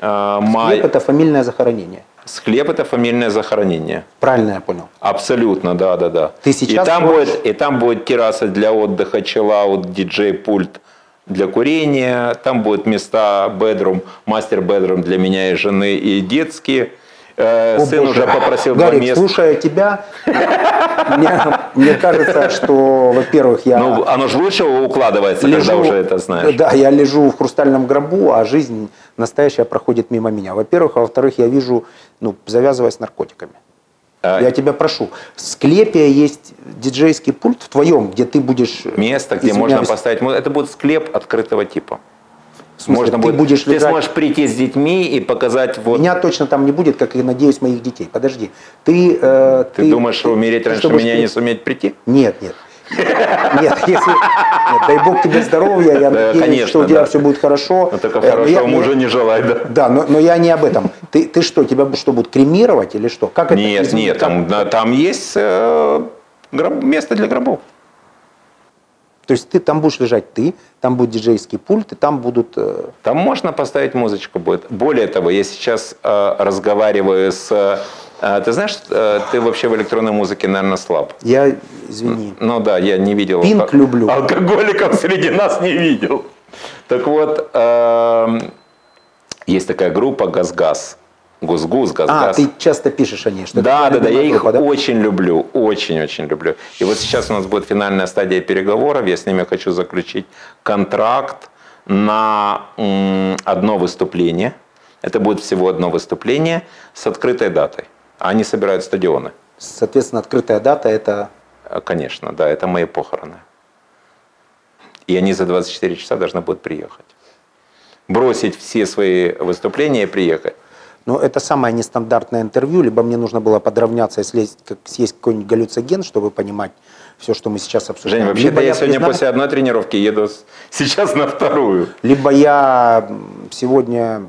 [SPEAKER 1] э,
[SPEAKER 2] Хлеб –
[SPEAKER 1] мая...
[SPEAKER 2] это фамильное захоронение.
[SPEAKER 1] Склеп – это фамильное захоронение.
[SPEAKER 2] Правильно я понял.
[SPEAKER 1] Абсолютно, да, да, да.
[SPEAKER 2] Ты
[SPEAKER 1] и,
[SPEAKER 2] сейчас
[SPEAKER 1] там
[SPEAKER 2] можешь-
[SPEAKER 1] будет, и там будет терраса для отдыха, челаут, диджей-пульт для курения, там будут места бедрум, мастер-бедрум для меня и жены, и детские. Э,
[SPEAKER 2] О,
[SPEAKER 1] Сын
[SPEAKER 2] боже.
[SPEAKER 1] уже попросил два
[SPEAKER 2] Гарик,
[SPEAKER 1] места.
[SPEAKER 2] слушая тебя, мне, мне кажется, что, во-первых, я
[SPEAKER 1] Ну, оно же лучше укладывается, когда уже это знаешь.
[SPEAKER 2] Да, я лежу в хрустальном гробу, а жизнь настоящая проходит мимо меня. Во-первых, а во-вторых, я вижу, ну, завязываясь с наркотиками.
[SPEAKER 1] А,
[SPEAKER 2] Я тебя прошу, в склепе есть диджейский пульт в твоем, где ты будешь... э,
[SPEAKER 1] Место, где
[SPEAKER 2] извиняюсь,
[SPEAKER 1] можно поставить... му- Это будет склеп открытого типа.
[SPEAKER 2] в смысле,
[SPEAKER 1] можно
[SPEAKER 2] ты
[SPEAKER 1] будет,
[SPEAKER 2] будешь
[SPEAKER 1] ты
[SPEAKER 2] лежать-
[SPEAKER 1] сможешь прийти с детьми и показать вот...
[SPEAKER 2] Меня точно там не будет, как и, надеюсь, моих детей. Подожди. Ты, э,
[SPEAKER 1] Ты, думаешь, что умереть
[SPEAKER 2] ты
[SPEAKER 1] раньше
[SPEAKER 2] чтобы
[SPEAKER 1] меня
[SPEAKER 2] ты-
[SPEAKER 1] не суметь прийти?
[SPEAKER 2] Нет, нет. Нет, если... нет, дай бог тебе здоровья,
[SPEAKER 1] Да,
[SPEAKER 2] я надеюсь,
[SPEAKER 1] конечно,
[SPEAKER 2] что у тебя
[SPEAKER 1] да.
[SPEAKER 2] все будет хорошо.
[SPEAKER 1] Ну, только
[SPEAKER 2] Э, но я-
[SPEAKER 1] хорошего
[SPEAKER 2] но я-
[SPEAKER 1] мужа не желай, да.
[SPEAKER 2] Да, но, но я не об этом. Ты, ты что, тебя бу- что, будут кремировать или что? Как это?
[SPEAKER 1] Нет,
[SPEAKER 2] извини,
[SPEAKER 1] нет,
[SPEAKER 2] как-
[SPEAKER 1] там, да, там есть э, гроб- место для гробов.
[SPEAKER 2] То есть ты там будешь лежать ты, там будет диджейский пульт, и там будут... э,
[SPEAKER 1] Там можно поставить музычку будет. Более того, я сейчас э, разговариваю с... э, ты знаешь, э, ты вообще в электронной музыке, наверное, слаб.
[SPEAKER 2] Я, извини.
[SPEAKER 1] Ну да, я не видел.
[SPEAKER 2] Пинк
[SPEAKER 1] алко-
[SPEAKER 2] люблю.
[SPEAKER 1] Алкоголиков среди нас не видел. Так вот, эм, есть такая группа «Газгаз». «Гузгуз»,
[SPEAKER 2] А,
[SPEAKER 1] «Газгаз».
[SPEAKER 2] ты часто пишешь о ней, что
[SPEAKER 1] Да, да,
[SPEAKER 2] это
[SPEAKER 1] да,
[SPEAKER 2] твоя
[SPEAKER 1] я
[SPEAKER 2] любимая
[SPEAKER 1] их
[SPEAKER 2] группа, да?
[SPEAKER 1] очень люблю, очень-очень люблю. И вот сейчас у нас будет финальная стадия переговоров, я с ними хочу заключить контракт на м, одно выступление. Это будет всего одно выступление с открытой датой. Они собирают стадионы,
[SPEAKER 2] Соответственно, открытая дата – это...
[SPEAKER 1] Э, конечно, да, это мои похороны. И они за 24 часа должны будут приехать. Бросить все свои выступления и приехать.
[SPEAKER 2] Ну, это самое нестандартное интервью, либо мне нужно было подравняться и слезть, как, съесть какой-нибудь галлюциген, чтобы понимать все, что мы сейчас обсуждаем.
[SPEAKER 1] Жень, вообще-то
[SPEAKER 2] либо
[SPEAKER 1] я, сегодня
[SPEAKER 2] признаю-
[SPEAKER 1] после одной тренировки еду с- сейчас на вторую.
[SPEAKER 2] Либо я м, сегодня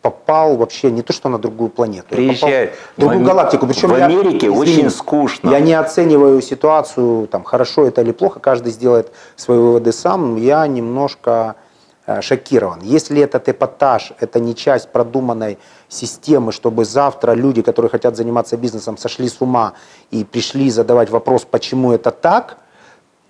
[SPEAKER 2] попал вообще не то, что на другую планету. я попал
[SPEAKER 1] Приезжай.
[SPEAKER 2] В другую
[SPEAKER 1] В Ам-
[SPEAKER 2] галактику. Причем
[SPEAKER 1] в
[SPEAKER 2] я-
[SPEAKER 1] Америке
[SPEAKER 2] извини,
[SPEAKER 1] очень скучно.
[SPEAKER 2] Я не оцениваю ситуацию, там, хорошо это или плохо. Каждый сделает свои выводы сам. Я немножко э, шокирован. Если этот эпатаж, это не часть продуманной системы, чтобы завтра люди, которые хотят заниматься бизнесом, сошли с ума и пришли задавать вопрос, почему это так,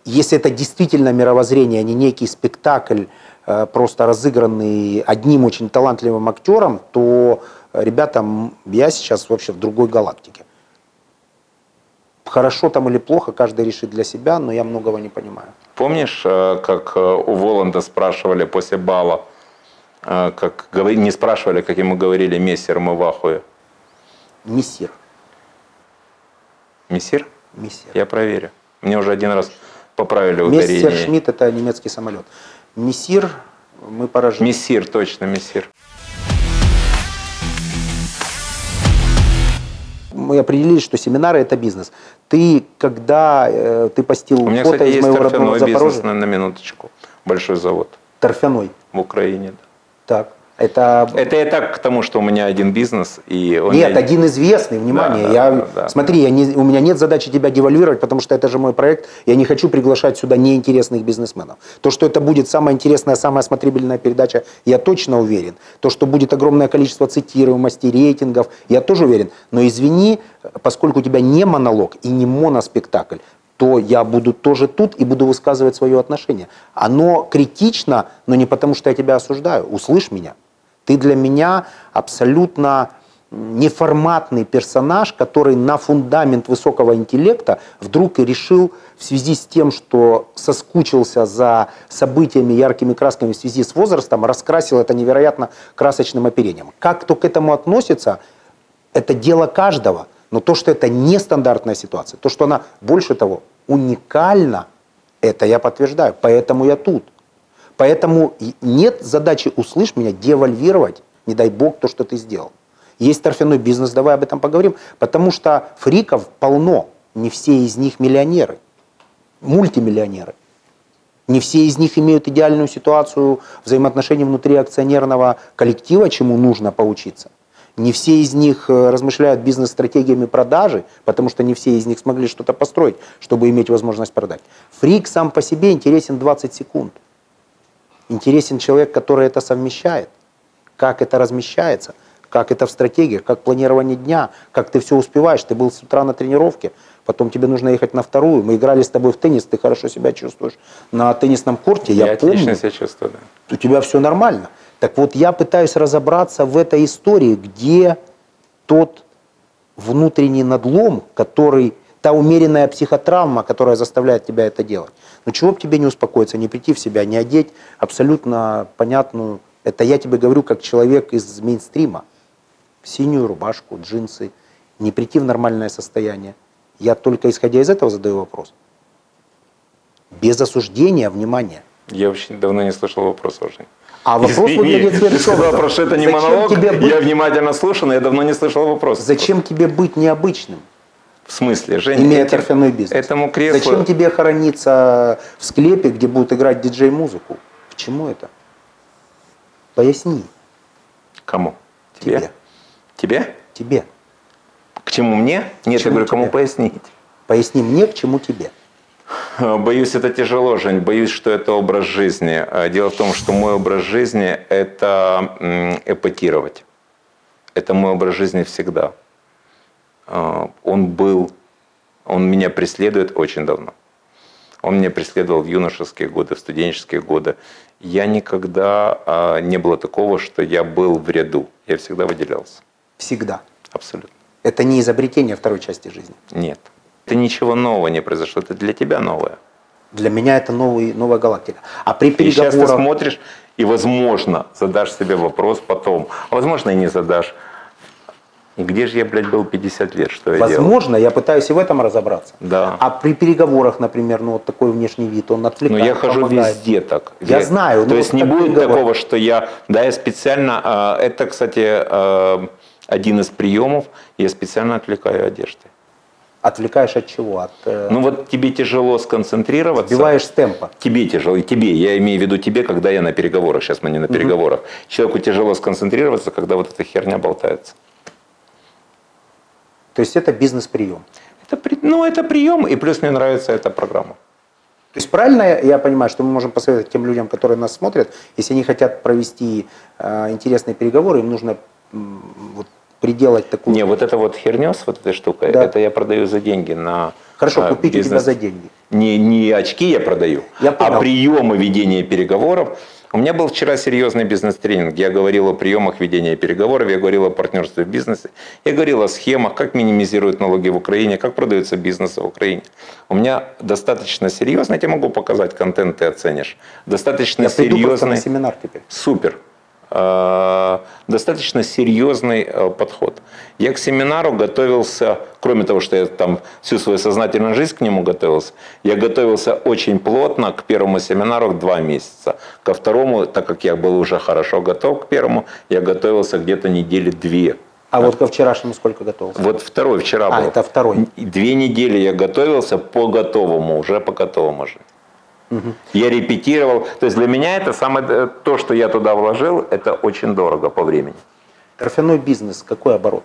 [SPEAKER 2] если это действительно мировоззрение, а не некий спектакль, э, просто разыгранный одним очень талантливым актером, то, э, ребята, м, я сейчас вообще в другой галактике. Хорошо там или плохо, каждый решит для себя, но я многого не понимаю.
[SPEAKER 1] Помнишь, э, как э, у Воланда спрашивали после бала, э, как говори- не спрашивали, как ему говорили мессер, мы в ахуе».
[SPEAKER 2] Мессир.
[SPEAKER 1] Мессир?
[SPEAKER 2] Мессир.
[SPEAKER 1] Я проверю. Мне уже один раз поправили ударение.
[SPEAKER 2] Мессир Шмидт – это немецкий самолет. Мессир, мы поражены.
[SPEAKER 1] Мессир, точно, мессир.
[SPEAKER 2] Мы определили, что семинары – это бизнес. Ты, когда э, ты постил
[SPEAKER 1] У меня,
[SPEAKER 2] фото
[SPEAKER 1] кстати,
[SPEAKER 2] из
[SPEAKER 1] есть
[SPEAKER 2] моего родного
[SPEAKER 1] торфяной бизнес,
[SPEAKER 2] Запорожья?
[SPEAKER 1] на, на минуточку. Большой завод
[SPEAKER 2] Торфяной.
[SPEAKER 1] в Украине. да.
[SPEAKER 2] Так. Это,
[SPEAKER 1] Это я так к тому, что у меня один бизнес, и он...
[SPEAKER 2] нет,
[SPEAKER 1] меня-
[SPEAKER 2] один известный, внимание.
[SPEAKER 1] Да, да,
[SPEAKER 2] я,
[SPEAKER 1] да, да.
[SPEAKER 2] Смотри, я не- у меня нет задачи тебя девальвировать, потому что это же мой проект. Я не хочу приглашать сюда неинтересных бизнесменов. То, что это будет самая интересная, самая смотрибельная передача, я точно уверен. То, что будет огромное количество цитируемости, рейтингов, я тоже уверен. Но извини, поскольку у тебя не монолог и не моноспектакль, то я буду тоже тут и буду высказывать свое отношение. Оно критично, но не потому, что я тебя осуждаю. Услышь меня. Ты для меня абсолютно неформатный персонаж, который на фундамент высокого интеллекта вдруг и решил в связи с тем, что соскучился за событиями, яркими красками в связи с возрастом, раскрасил это невероятно красочным оперением. Как кто к этому относится, это дело каждого. Но то, что это нестандартная ситуация, то, что она, больше того, уникальна, это я подтверждаю. Поэтому я тут. Поэтому и нет задачи, услышь меня, девальвировать, не дай бог, то, что ты сделал. Есть торфяной бизнес, давай об этом поговорим. Потому что фриков полно. Не все из них миллионеры, мультимиллионеры. Не все из них имеют идеальную ситуацию взаимоотношений внутри акционерного коллектива, чему нужно поучиться. Не все из них э, размышляют бизнес-стратегиями продажи, потому что не все из них смогли что-то построить, чтобы иметь возможность продать. Фрик сам по себе интересен 20 секунд. Интересен человек, который это совмещает. Как это размещается, как это в стратегии, как планирование дня, как ты все успеваешь. Ты был с утра на тренировке, потом тебе нужно ехать на вторую. Мы играли с тобой в теннис, ты хорошо себя чувствуешь. На теннисном корте, я,
[SPEAKER 1] Я
[SPEAKER 2] помню,
[SPEAKER 1] отлично себя чувствую, да.
[SPEAKER 2] у тебя все нормально. Так вот, я пытаюсь разобраться в этой истории, где тот внутренний надлом, который, та умеренная психотравма, которая заставляет тебя это делать. Но чего бы тебе не успокоиться, не прийти в себя, не одеть абсолютно понятную, это я тебе говорю как человек из мейнстрима, синюю рубашку, джинсы, не прийти в нормальное состояние. Я только исходя из этого задаю вопрос. Без осуждения, внимания.
[SPEAKER 1] Я очень давно не слышал вопроса уже.
[SPEAKER 2] А вопрос
[SPEAKER 1] Извини,
[SPEAKER 2] выглядит
[SPEAKER 1] ты сказал,
[SPEAKER 2] следующим
[SPEAKER 1] про что это не
[SPEAKER 2] Зачем
[SPEAKER 1] монолог,
[SPEAKER 2] тебе быть-
[SPEAKER 1] я внимательно слушал, но я давно не слышал вопроса.
[SPEAKER 2] Зачем тебе быть необычным,
[SPEAKER 1] В смысле, Женя?
[SPEAKER 2] имея
[SPEAKER 1] эти-
[SPEAKER 2] торфяной бизнес?
[SPEAKER 1] Этому креслу...
[SPEAKER 2] Зачем тебе хорониться в склепе, где будут играть диджей-музыку? К чему это? Поясни.
[SPEAKER 1] Кому? Тебе?
[SPEAKER 2] Тебе.
[SPEAKER 1] Тебе?
[SPEAKER 2] Тебе.
[SPEAKER 1] К чему мне? Нет, я
[SPEAKER 2] чему
[SPEAKER 1] говорю, кому
[SPEAKER 2] тебе?
[SPEAKER 1] пояснить?
[SPEAKER 2] Поясни мне, к чему тебе.
[SPEAKER 1] Э, Боюсь, это тяжело, Жень. Боюсь, что это образ жизни. Э, Дело в том, что мой образ жизни – это м, эпатировать. Это мой образ жизни всегда. Э, Он был, он меня преследует очень давно. Он меня преследовал в юношеские годы, в студенческие годы. Я никогда а, не было такого, что я был в ряду. Я всегда выделялся.
[SPEAKER 2] Всегда.
[SPEAKER 1] Абсолютно.
[SPEAKER 2] Это не изобретение второй части жизни.
[SPEAKER 1] Нет. Это ничего нового не произошло. Это для тебя новое.
[SPEAKER 2] Для меня это новый, новая галактика. А при
[SPEAKER 1] И сейчас ты
[SPEAKER 2] переговорах...
[SPEAKER 1] смотришь и, возможно, задашь себе вопрос потом. А возможно, и не задашь. Где же я, блядь, был 50 лет? Что я делал?
[SPEAKER 2] Возможно, я пытаюсь и в этом разобраться.
[SPEAKER 1] Да.
[SPEAKER 2] А при переговорах, например, ну вот такой внешний вид, он
[SPEAKER 1] Но
[SPEAKER 2] отвлекает,
[SPEAKER 1] Ну, я хожу
[SPEAKER 2] помогает.
[SPEAKER 1] везде так.
[SPEAKER 2] Я знаю,
[SPEAKER 1] То
[SPEAKER 2] ну,
[SPEAKER 1] есть
[SPEAKER 2] вот
[SPEAKER 1] не
[SPEAKER 2] как
[SPEAKER 1] будет
[SPEAKER 2] ты говоришь.
[SPEAKER 1] такого, что я... Да, я специально... а, Это, кстати, а, один из приемов. Я специально отвлекаю одеждой.
[SPEAKER 2] Отвлекаешь от чего? От, э,
[SPEAKER 1] Ну вот тебе тяжело сконцентрироваться.
[SPEAKER 2] сбиваешь с темпа.
[SPEAKER 1] Тебе тяжело, и тебе, я имею в виду тебе, когда я на переговорах, сейчас мы не на переговорах. Человеку тяжело сконцентрироваться, когда вот эта херня болтается.
[SPEAKER 2] То есть это бизнес-прием.
[SPEAKER 1] Это, при- ну, это прием, и плюс мне нравится эта программа.
[SPEAKER 2] То есть правильно я- я понимаю, что мы можем посоветовать тем людям, которые нас смотрят, если они хотят провести э, интересные переговоры, им нужно м, вот, приделать такую...
[SPEAKER 1] Не, вот эта вот херня с вот этой штукой,
[SPEAKER 2] Да.
[SPEAKER 1] это я продаю за деньги на
[SPEAKER 2] Хорошо,
[SPEAKER 1] а,
[SPEAKER 2] купить у тебя
[SPEAKER 1] бизнес.
[SPEAKER 2] за деньги.
[SPEAKER 1] Не, не очки я продаю,
[SPEAKER 2] Я понял.
[SPEAKER 1] а приемы ведения переговоров. У меня был вчера серьезный бизнес-тренинг. Я говорил о приемах ведения переговоров, я говорил о партнерстве в бизнесе, я говорил о схемах, как минимизируют налоги в Украине, как продаются бизнесы в Украине. У меня достаточно серьезно, я тебе могу показать контент, ты оценишь. Достаточно
[SPEAKER 2] Я приду просто на
[SPEAKER 1] серьезный.
[SPEAKER 2] семинар теперь.
[SPEAKER 1] Супер. Э, Достаточно серьезный э, подход. Я к семинару готовился, кроме того, что я там всю свою сознательную жизнь к нему готовился, я готовился очень плотно к первому семинару два месяца. Ко второму, так как я был уже хорошо готов к первому, я готовился где-то недели две.
[SPEAKER 2] А вот ко вчерашнему сколько готов?
[SPEAKER 1] Вот второй вчера
[SPEAKER 2] А,
[SPEAKER 1] был.
[SPEAKER 2] это второй.
[SPEAKER 1] Две недели я готовился по готовому, уже по готовому же. Я репетировал. То есть для меня это самое э, то, что я туда вложил, это очень дорого по времени.
[SPEAKER 2] Торфяной бизнес, какой оборот?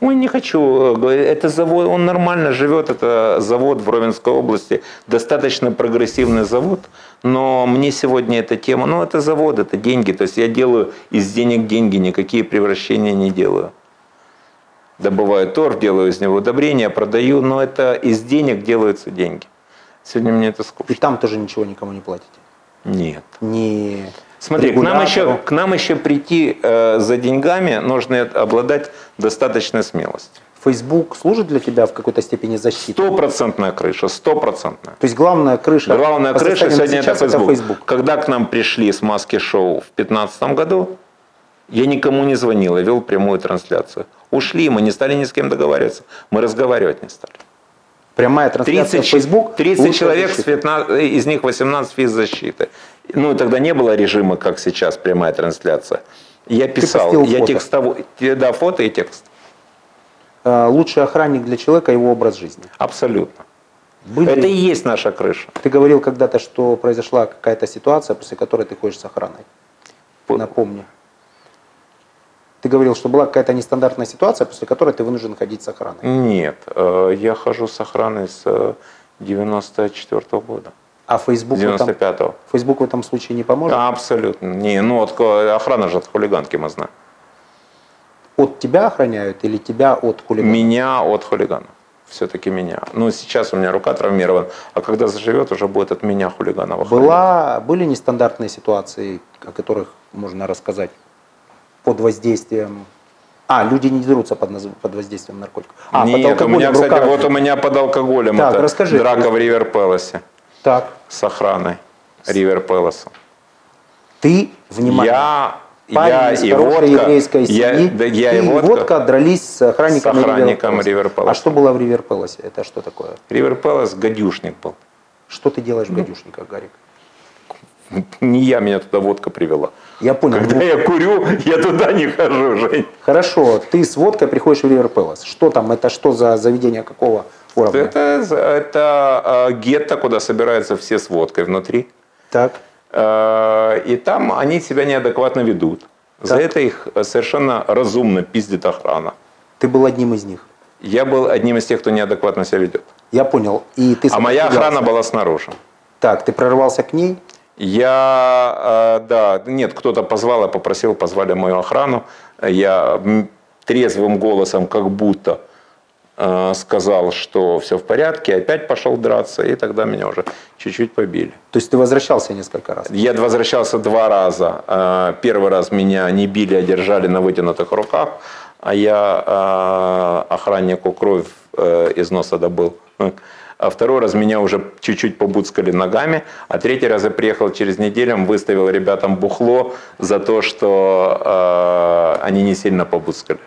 [SPEAKER 1] Ой, не хочу. э, говорить. Это завод, он нормально живет, это завод в Ровенской области, достаточно прогрессивный завод, но мне сегодня эта тема, ну это завод, это деньги, то есть я делаю из денег деньги, никакие превращения не делаю. Добываю торф, делаю из него удобрения, продаю, но это из денег делаются деньги. Сегодня мне это
[SPEAKER 2] И
[SPEAKER 1] скучно.
[SPEAKER 2] там тоже ничего никому не платите.
[SPEAKER 1] Нет.
[SPEAKER 2] Не
[SPEAKER 1] Смотри, к нам, еще,
[SPEAKER 2] регулятору.
[SPEAKER 1] к нам еще прийти э, за деньгами нужно обладать достаточной смелостью.
[SPEAKER 2] Facebook служит для тебя в какой-то степени защитой?
[SPEAKER 1] Стопроцентная крыша, стопроцентная.
[SPEAKER 2] То есть главная крыша.
[SPEAKER 1] Главная
[SPEAKER 2] по
[SPEAKER 1] крыша
[SPEAKER 2] состоянию
[SPEAKER 1] сегодня это
[SPEAKER 2] сейчас
[SPEAKER 1] Facebook. Когда к нам пришли с маски шоу в 2015 году, я никому не звонил, я вел прямую трансляцию. Ушли, мы не стали ни с кем договариваться. Мы разговаривать не стали.
[SPEAKER 2] Прямая трансляция
[SPEAKER 1] 30,
[SPEAKER 2] в Facebook.
[SPEAKER 1] 30
[SPEAKER 2] лучшая
[SPEAKER 1] человек, с
[SPEAKER 2] защита.
[SPEAKER 1] 15 из них 18 физ защиты. Ну, тогда не было режима, как сейчас, прямая трансляция. Я писал,
[SPEAKER 2] постил
[SPEAKER 1] я
[SPEAKER 2] фото.
[SPEAKER 1] текстовой, да, фото и текст.
[SPEAKER 2] Э, Лучший охранник для человека его образ жизни.
[SPEAKER 1] Абсолютно.
[SPEAKER 2] Были-
[SPEAKER 1] Это и есть наша крыша.
[SPEAKER 2] Ты говорил когда-то, что произошла какая-то ситуация, после которой ты ходишь с охраной.
[SPEAKER 1] По-
[SPEAKER 2] Напомни. Ты говорил, что была какая-то нестандартная ситуация, после которой ты вынужден ходить с охраной.
[SPEAKER 1] Нет, э, я хожу с охраной с э, 94 года,
[SPEAKER 2] А Facebook в, этом,
[SPEAKER 1] 95-го.
[SPEAKER 2] Facebook в этом случае не поможет?
[SPEAKER 1] Да, Абсолютно. Не, ну от ко- охрана же от хулиганки, мы знаем.
[SPEAKER 2] От тебя охраняют или тебя от хулигана?
[SPEAKER 1] Меня от хулигана. Все-таки меня. Ну, сейчас у меня рука травмирована, а когда заживет, уже будет от меня хулигана в охране.
[SPEAKER 2] Была, были нестандартные ситуации, о которых можно рассказать под воздействием... А, люди не дерутся под, наз- под воздействием наркотиков. А, под
[SPEAKER 1] Нет, у
[SPEAKER 2] алкоголем
[SPEAKER 1] меня, кстати,
[SPEAKER 2] рука-
[SPEAKER 1] вот у меня под алкоголем
[SPEAKER 2] Так,
[SPEAKER 1] это
[SPEAKER 2] расскажи.
[SPEAKER 1] драка в Ривер Пелосе
[SPEAKER 2] Так,
[SPEAKER 1] с охраной Ривер Пелоса.
[SPEAKER 2] ты, внимание,
[SPEAKER 1] Я,
[SPEAKER 2] парень
[SPEAKER 1] я
[SPEAKER 2] из
[SPEAKER 1] и
[SPEAKER 2] хорошей
[SPEAKER 1] водка,
[SPEAKER 2] еврейской семьи,
[SPEAKER 1] я, да, я
[SPEAKER 2] ты
[SPEAKER 1] и водка.
[SPEAKER 2] дрались с охранником,
[SPEAKER 1] С охранником
[SPEAKER 2] River Palace.
[SPEAKER 1] River Palace.
[SPEAKER 2] А что было в Ривер Пелосе? Это что такое?
[SPEAKER 1] Ривер Пелос гадюшник был.
[SPEAKER 2] Что ты делаешь в гадюшниках, Гарик?
[SPEAKER 1] Не я, меня туда водка привела.
[SPEAKER 2] Я понял.
[SPEAKER 1] Когда
[SPEAKER 2] ну,
[SPEAKER 1] я курю, я туда не хожу, Жень.
[SPEAKER 2] Хорошо, ты с водкой приходишь в Ривер Пелос. Что там? Это что за заведение какого уровня?
[SPEAKER 1] Это, это э, гетто, куда собираются все с водкой внутри.
[SPEAKER 2] Так.
[SPEAKER 1] Э, И там они себя неадекватно ведут. За
[SPEAKER 2] Так.
[SPEAKER 1] это их совершенно разумно пиздит охрана.
[SPEAKER 2] Ты был одним из них.
[SPEAKER 1] Я был одним из тех, кто неадекватно себя ведет.
[SPEAKER 2] Я понял. И ты
[SPEAKER 1] А моя
[SPEAKER 2] сопротивлялся.
[SPEAKER 1] охрана была снаружи.
[SPEAKER 2] Так, ты прорвался к ней.
[SPEAKER 1] Я, э, да, нет, кто-то позвал, я попросил, позвали мою охрану. Я м, трезвым голосом как будто э, сказал, что все в порядке, опять пошел драться, и тогда меня уже чуть-чуть побили.
[SPEAKER 2] То есть ты возвращался несколько раз.
[SPEAKER 1] Я возвращался два раза. Э, Первый раз меня не били, а держали на вытянутых руках, а я э, охраннику кровь э, из носа добыл. А второй раз меня уже чуть-чуть побуцкали ногами, а третий раз я приехал через неделю, выставил ребятам бухло за то, что э, они не сильно побуцкали.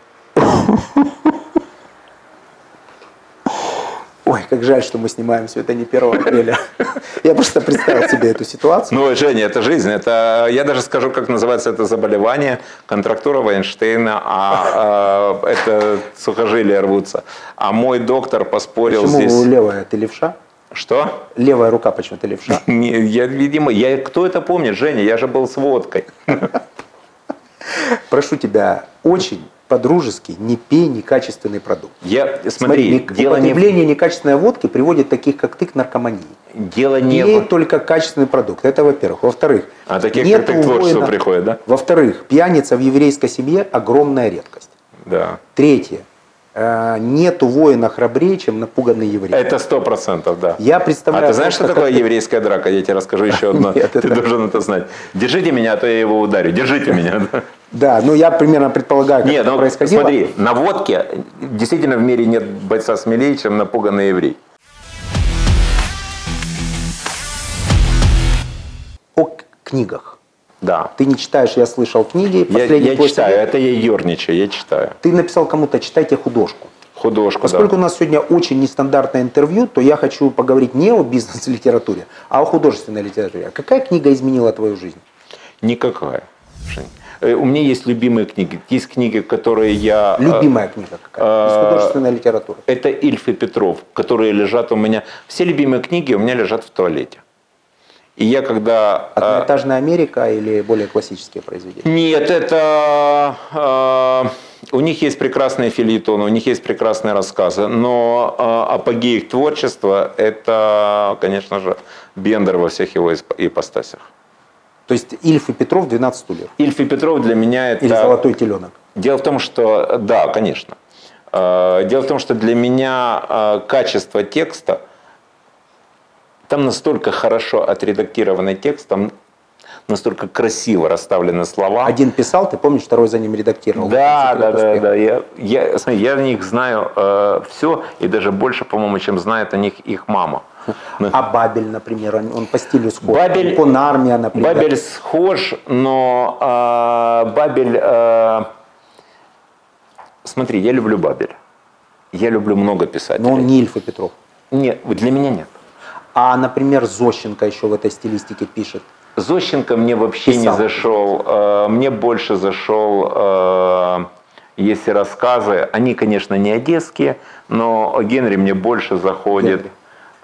[SPEAKER 2] Ой, как жаль, что мы снимаем все это не 1 апреля. Я просто представил себе эту ситуацию.
[SPEAKER 1] Ну, Женя, это жизнь. Это, я даже скажу, как называется это заболевание. Контрактура Вайнштейна, а э, это сухожилия рвутся. А мой доктор поспорил
[SPEAKER 2] Почему
[SPEAKER 1] здесь...
[SPEAKER 2] левая? Ты левша?
[SPEAKER 1] Что?
[SPEAKER 2] Левая рука почему-то левша.
[SPEAKER 1] Не, я, видимо, я, кто это помнит, Женя? Я же был с водкой.
[SPEAKER 2] Прошу тебя, очень по-дружески не пей некачественный продукт.
[SPEAKER 1] Я, смотри,
[SPEAKER 2] нек-
[SPEAKER 1] дело, не, в-
[SPEAKER 2] употребление некачественной водки приводит таких, как ты, к наркомании.
[SPEAKER 1] дело
[SPEAKER 2] Не
[SPEAKER 1] не в...
[SPEAKER 2] только качественный продукт. Это во-первых. Во-вторых,
[SPEAKER 1] А таких,
[SPEAKER 2] нету
[SPEAKER 1] как ты, к творчеству
[SPEAKER 2] воина-
[SPEAKER 1] приходят, да?
[SPEAKER 2] Во-вторых, пьяница в еврейской семье огромная редкость.
[SPEAKER 1] Да.
[SPEAKER 2] Третье. э, Нету воина храбрее, чем напуганный еврей.
[SPEAKER 1] Это сто процентов, да.
[SPEAKER 2] Я представляю...
[SPEAKER 1] А ты знаешь, что
[SPEAKER 2] просто,
[SPEAKER 1] такое
[SPEAKER 2] как ты-
[SPEAKER 1] еврейская драка? Я тебе расскажу еще одно.
[SPEAKER 2] Нет,
[SPEAKER 1] Ты
[SPEAKER 2] это-
[SPEAKER 1] должен это знать. Держите меня, а то я его ударю. Держите меня. да.
[SPEAKER 2] Да, ну я примерно предполагаю, как
[SPEAKER 1] Нет,
[SPEAKER 2] это
[SPEAKER 1] ну
[SPEAKER 2] происходило.
[SPEAKER 1] смотри, на водке действительно в мире нет бойца смелее, чем напуганный еврей.
[SPEAKER 2] О к- книгах.
[SPEAKER 1] Да.
[SPEAKER 2] Ты не читаешь, я слышал книги.
[SPEAKER 1] Я,
[SPEAKER 2] Последний
[SPEAKER 1] я
[SPEAKER 2] твой
[SPEAKER 1] читаю,
[SPEAKER 2] совет.
[SPEAKER 1] это я ерничаю, я читаю.
[SPEAKER 2] Ты написал кому-то, читайте художку.
[SPEAKER 1] Художку,
[SPEAKER 2] Поскольку
[SPEAKER 1] да.
[SPEAKER 2] у нас сегодня очень нестандартное интервью, то я хочу поговорить не о бизнес-литературе, а о художественной литературе. А Какая книга изменила твою жизнь?
[SPEAKER 1] Никакая. Жень. Э, У меня есть любимые книги. Есть книги, которые я... э,
[SPEAKER 2] Любимая книга какая? Из
[SPEAKER 1] а,
[SPEAKER 2] художественной литературы.
[SPEAKER 1] Это Ильф и Петров, которые лежат у меня... Все любимые книги у меня лежат в туалете. И я когда... э,
[SPEAKER 2] Одноэтажная Америка или более классические произведения?
[SPEAKER 1] Нет, это э, у них есть прекрасные филитоны, у них есть прекрасные рассказы, но э, апогей их творчества это, конечно же, Бендер во всех его исп- ипостасях.
[SPEAKER 2] То есть Ильф и Петров 12 стульев.
[SPEAKER 1] Ильф и Петров для меня это
[SPEAKER 2] Или Золотой теленок.
[SPEAKER 1] Дело в том, что, да, конечно. Э, Дело в том, что для меня э, качество текста, там настолько хорошо отредактированный текст, там настолько красиво расставлены слова.
[SPEAKER 2] Один писал, ты помнишь, второй за ним редактировал.
[SPEAKER 1] Да,
[SPEAKER 2] Секрет
[SPEAKER 1] да, да,
[SPEAKER 2] успеха.
[SPEAKER 1] да. Я, я, смотри, я о них знаю все, и даже больше, по-моему, чем знает о них их мама. Ну,
[SPEAKER 2] А Бабель, например, он, он по стилю схож.
[SPEAKER 1] Бабель-
[SPEAKER 2] Конармия, например.
[SPEAKER 1] Бабель схож, но э, Бабель... э, смотри, я люблю Бабель. Я люблю много писателей.
[SPEAKER 2] Но он не Ильф и Петров.
[SPEAKER 1] Нет, вот для меня нет.
[SPEAKER 2] А, например, Зощенко еще в этой стилистике пишет.
[SPEAKER 1] Зощенко мне вообще
[SPEAKER 2] Писал.
[SPEAKER 1] не зашел. э, Мне больше зашел, э, если рассказы, они, конечно, не одесские, но Генри мне больше заходит.
[SPEAKER 2] Генри.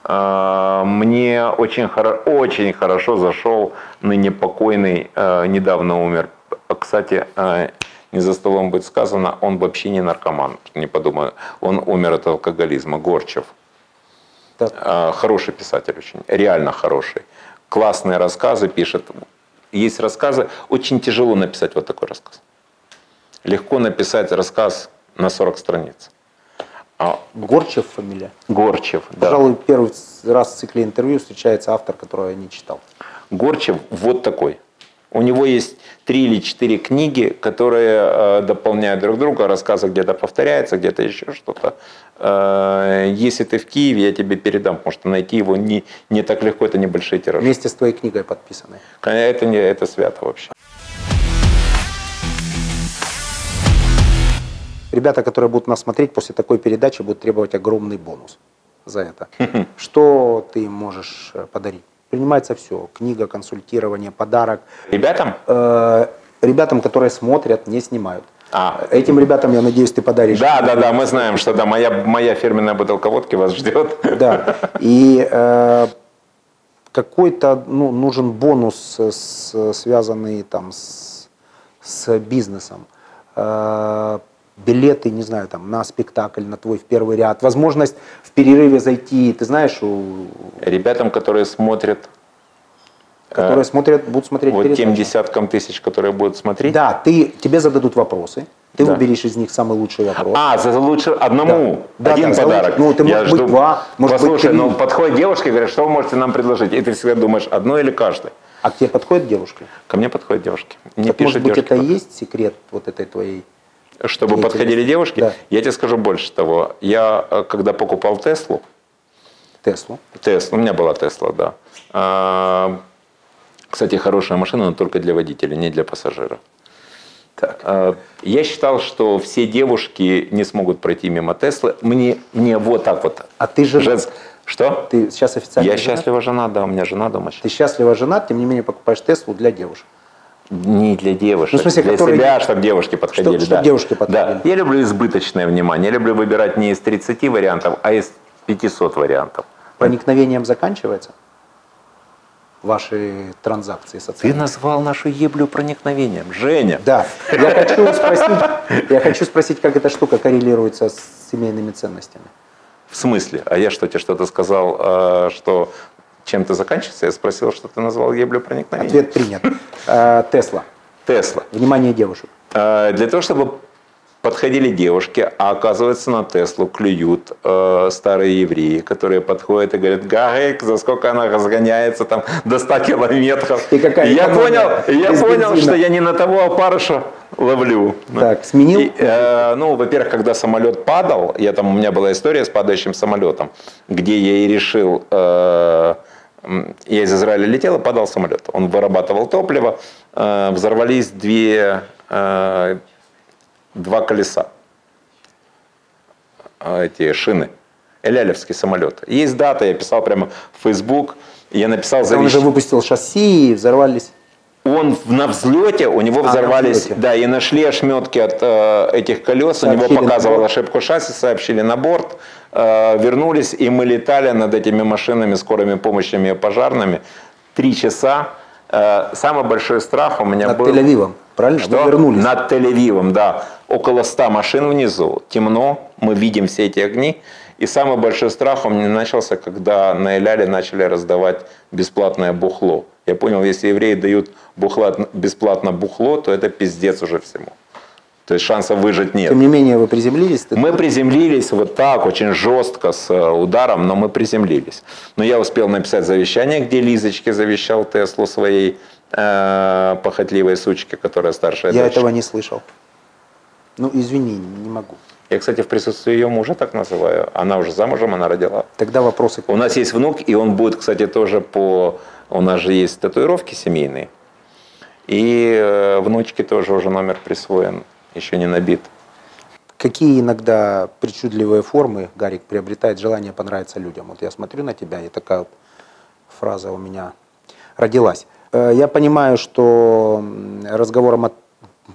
[SPEAKER 1] Э, Мне очень, хоро- очень хорошо зашел ныне покойный, э, недавно умер. Кстати, э, не за столом быть сказано, он вообще не наркоман, не подумаю. Он умер от алкоголизма, Горчев.
[SPEAKER 2] Так,
[SPEAKER 1] А, Хороший писатель очень, реально хороший. Классные рассказы пишет. Есть рассказы, очень тяжело написать вот такой рассказ. Легко написать рассказ на 40 страниц. А,
[SPEAKER 2] Горчев фамилия.
[SPEAKER 1] Горчев, да.
[SPEAKER 2] Пожалуй, первый раз в цикле интервью встречается автор, которого я не читал.
[SPEAKER 1] Горчев вот такой. У него есть три или четыре книги, которые э, дополняют друг друга, рассказы где-то повторяются, где-то еще что-то. Э, если ты в Киеве, я тебе передам, потому что найти его не, не так легко, это небольшие тиражи.
[SPEAKER 2] Вместе с твоей книгой подписанной.
[SPEAKER 1] Это не это свято вообще.
[SPEAKER 2] Ребята, которые будут нас смотреть после такой передачи, будут требовать огромный бонус за это. Что ты можешь э, подарить? Принимается все. Книга, консультирование, подарок.
[SPEAKER 1] Ребятам?
[SPEAKER 2] Э, Ребятам, которые смотрят, не снимают.
[SPEAKER 1] А.
[SPEAKER 2] Этим ребятам, я надеюсь, ты подаришь.
[SPEAKER 1] Да, да, да, мы знаем, что да, моя, моя фирменная бутылка водки вас ждет.
[SPEAKER 2] Да. И э, какой-то ну, нужен бонус, э, с- связанный там с, с бизнесом. Э, билеты, не знаю, там, на спектакль, на твой в первый ряд. Возможность в перерыве зайти, ты знаешь, у,
[SPEAKER 1] Ребятам, которые смотрят,
[SPEAKER 2] которые смотрят, будут смотреть
[SPEAKER 1] вот тем
[SPEAKER 2] передачу.
[SPEAKER 1] десяткам тысяч, которые будут смотреть.
[SPEAKER 2] Да, ты, тебе зададут вопросы, ты
[SPEAKER 1] Да.
[SPEAKER 2] выберешь из них самый лучший вопрос.
[SPEAKER 1] А, за лучше одному
[SPEAKER 2] Да.
[SPEAKER 1] один
[SPEAKER 2] Да, да, за
[SPEAKER 1] подарок.
[SPEAKER 2] лучше- ну, ты, может быть, два, может быть,
[SPEAKER 1] Послушай,
[SPEAKER 2] три.
[SPEAKER 1] ну подходит девушка и говорит, что вы можете нам предложить? И ты всегда думаешь, одно или каждый?
[SPEAKER 2] А к тебе подходит девушка?
[SPEAKER 1] Ко мне подходят девушки. Мне
[SPEAKER 2] Так,
[SPEAKER 1] пишут
[SPEAKER 2] может быть,
[SPEAKER 1] девушки,
[SPEAKER 2] это и есть секрет вот этой твоей
[SPEAKER 1] чтобы
[SPEAKER 2] Мне
[SPEAKER 1] подходили
[SPEAKER 2] интересно.
[SPEAKER 1] девушки.
[SPEAKER 2] Да.
[SPEAKER 1] Я тебе скажу больше того. Я, э, когда покупал Теслу,
[SPEAKER 2] Теслу?
[SPEAKER 1] Тесла. У меня была Тесла, да. А, Кстати, хорошая машина, но только для водителя, не для пассажира.
[SPEAKER 2] Так.
[SPEAKER 1] А, Я считал, что все девушки не смогут пройти мимо Теслы. Мне, мне вот так вот.
[SPEAKER 2] А ты же...
[SPEAKER 1] Женс- Что?
[SPEAKER 2] Ты сейчас официально
[SPEAKER 1] Я
[SPEAKER 2] женат?
[SPEAKER 1] счастлива жена, да, у меня жена дома
[SPEAKER 2] Ты
[SPEAKER 1] сейчас.
[SPEAKER 2] счастливо женат, тем не менее покупаешь Теслу для девушек.
[SPEAKER 1] Не для девушек,
[SPEAKER 2] Ну, в смысле,
[SPEAKER 1] для
[SPEAKER 2] которые-
[SPEAKER 1] себя, чтобы девушки подходили.
[SPEAKER 2] чтоб
[SPEAKER 1] да.
[SPEAKER 2] девушки подходили.
[SPEAKER 1] Да. Я люблю избыточное внимание. Я люблю выбирать не из 30 вариантов, а из 500 вариантов.
[SPEAKER 2] Проникновением заканчивается ваши транзакции
[SPEAKER 1] Ты
[SPEAKER 2] социальные?
[SPEAKER 1] назвал нашу еблю проникновением. Женя,
[SPEAKER 2] Да. Я хочу спросить, я хочу спросить, как эта штука коррелируется с семейными ценностями.
[SPEAKER 1] В смысле? А я что, тебе что-то сказал, э, что чем ты заканчивается? Я спросил, что ты назвал еблю проникновения.
[SPEAKER 2] Ответ принят. Э, Тесла.
[SPEAKER 1] Тесла.
[SPEAKER 2] Внимание девушек.
[SPEAKER 1] Э, Для того, чтобы подходили девушки, а оказывается на Теслу клюют э, старые евреи, которые подходят и говорят, Гарик, за сколько она разгоняется там до 100 километров.
[SPEAKER 2] И какая
[SPEAKER 1] я
[SPEAKER 2] экономия
[SPEAKER 1] понял, я
[SPEAKER 2] без
[SPEAKER 1] понял,
[SPEAKER 2] бензина.
[SPEAKER 1] что я не на того опарыша ловлю.
[SPEAKER 2] Так, сменил?
[SPEAKER 1] Ну, И, э, ну, во-первых, когда самолет падал, я там у меня была история с падающим самолетом, где я и решил, э, м, я из Израиля летел, и падал самолет. Он вырабатывал топливо, э, взорвались две, э, два колеса, а, эти шины. Элялевский самолет. Есть дата, я писал прямо в Facebook, я написал
[SPEAKER 2] Он
[SPEAKER 1] завещание.
[SPEAKER 2] же выпустил шасси и взорвались.
[SPEAKER 1] Он в- на взлете, у него
[SPEAKER 2] А, на
[SPEAKER 1] взорвались,
[SPEAKER 2] взлете.
[SPEAKER 1] да, и нашли ошметки от э, этих колес, у
[SPEAKER 2] Сообщили
[SPEAKER 1] него
[SPEAKER 2] на
[SPEAKER 1] показывал
[SPEAKER 2] борт.
[SPEAKER 1] ошибку шасси, сообщили на борт, э, вернулись, и мы летали над этими машинами, скорыми помощями и пожарными три часа. Э, Самый большой страх у меня
[SPEAKER 2] Над
[SPEAKER 1] был...
[SPEAKER 2] Тель-Авивом, правильно?
[SPEAKER 1] Что?
[SPEAKER 2] Вы вернулись.
[SPEAKER 1] Над Тель-Авивом, да. Около 100 машин внизу. Темно, мы видим все эти огни. И самый большой страх у меня начался, когда на Эляле начали раздавать бесплатное бухло. Я понял, если евреи дают бухла- бесплатно бухло, то это пиздец уже всему. То есть шансов выжить нет.
[SPEAKER 2] Тем не менее, вы приземлились. ты-
[SPEAKER 1] Мы приземлились вот так, очень жестко, с э, ударом, но мы приземлились. Но я успел написать завещание, где Лизочке завещал Теслу своей э, похотливой сучке, которая старшая
[SPEAKER 2] Я
[SPEAKER 1] дочь.
[SPEAKER 2] этого не слышал. Ну, извини, не могу.
[SPEAKER 1] Я, кстати, в присутствии ее мужа так называю. Она уже замужем, она родила.
[SPEAKER 2] Тогда вопросы.
[SPEAKER 1] У нас есть внук, и он будет, кстати, тоже по... У нас же есть татуировки семейные. И э, внучке тоже уже номер присвоен, еще не набит.
[SPEAKER 2] Какие иногда причудливые формы Гарик приобретает желание понравиться людям? Вот я смотрю на тебя, и такая вот фраза у меня родилась. Э, Я понимаю, что м, разговором о-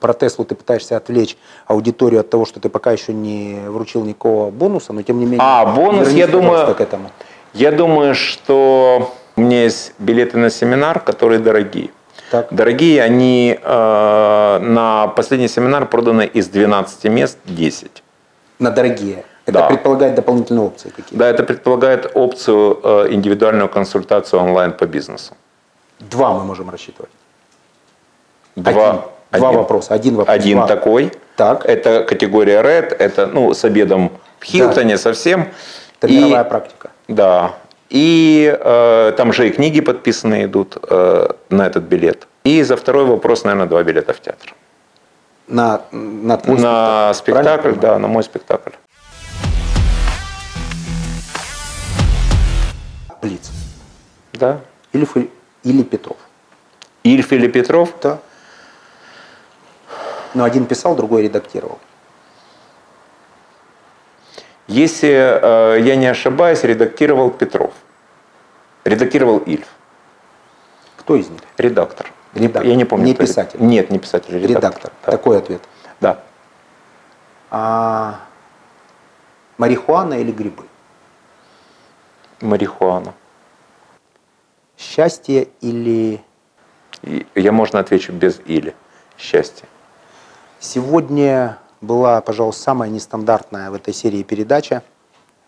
[SPEAKER 2] про Теслу ты пытаешься отвлечь аудиторию от того, что ты пока еще не вручил никакого бонуса, но тем не менее...
[SPEAKER 1] А, бонус, я
[SPEAKER 2] вернись, пожалуйста,
[SPEAKER 1] думаю-
[SPEAKER 2] К этому.
[SPEAKER 1] Я думаю, что у меня есть билеты на семинар, которые дорогие.
[SPEAKER 2] Так.
[SPEAKER 1] Дорогие, они э, на последний семинар проданы из 12 мест 10.
[SPEAKER 2] На дорогие. Это
[SPEAKER 1] Да.
[SPEAKER 2] предполагает дополнительные опции какие-то.
[SPEAKER 1] Да, это предполагает опцию э, индивидуальную консультацию онлайн по бизнесу.
[SPEAKER 2] Два мы можем рассчитывать.
[SPEAKER 1] Два,
[SPEAKER 2] Один. Два вопроса. Один вопрос.
[SPEAKER 1] Один
[SPEAKER 2] Два.
[SPEAKER 1] такой.
[SPEAKER 2] Так.
[SPEAKER 1] Это категория Red, это ну, с обедом в Хилтоне совсем.
[SPEAKER 2] Это
[SPEAKER 1] И-
[SPEAKER 2] мировая практика.
[SPEAKER 1] Да. И э, там же и книги подписаны идут э, на этот билет. И за второй вопрос, наверное, два билета в театр.
[SPEAKER 2] На, на твой
[SPEAKER 1] на
[SPEAKER 2] правильно
[SPEAKER 1] спектакль,
[SPEAKER 2] я
[SPEAKER 1] да, на мой спектакль.
[SPEAKER 2] Блиц.
[SPEAKER 1] Да.
[SPEAKER 2] Или, Фу- или Петров.
[SPEAKER 1] Ильф или Петров?
[SPEAKER 2] Да. Но один писал, другой редактировал.
[SPEAKER 1] Если э, я не ошибаюсь, редактировал Петров. Редактировал Ильф.
[SPEAKER 2] Кто из них?
[SPEAKER 1] Редактор. Не-
[SPEAKER 2] Редактор.
[SPEAKER 1] Я не помню.
[SPEAKER 2] Не
[SPEAKER 1] кто ред-
[SPEAKER 2] писатель.
[SPEAKER 1] Нет, не писатель. а Редактор.
[SPEAKER 2] Редактор.
[SPEAKER 1] Да.
[SPEAKER 2] Такой ответ.
[SPEAKER 1] Да.
[SPEAKER 2] А марихуана или грибы?
[SPEAKER 1] Марихуана.
[SPEAKER 2] Счастье или...
[SPEAKER 1] И я можно отвечу без или. Счастье.
[SPEAKER 2] Сегодня была, пожалуй, самая нестандартная в этой серии передача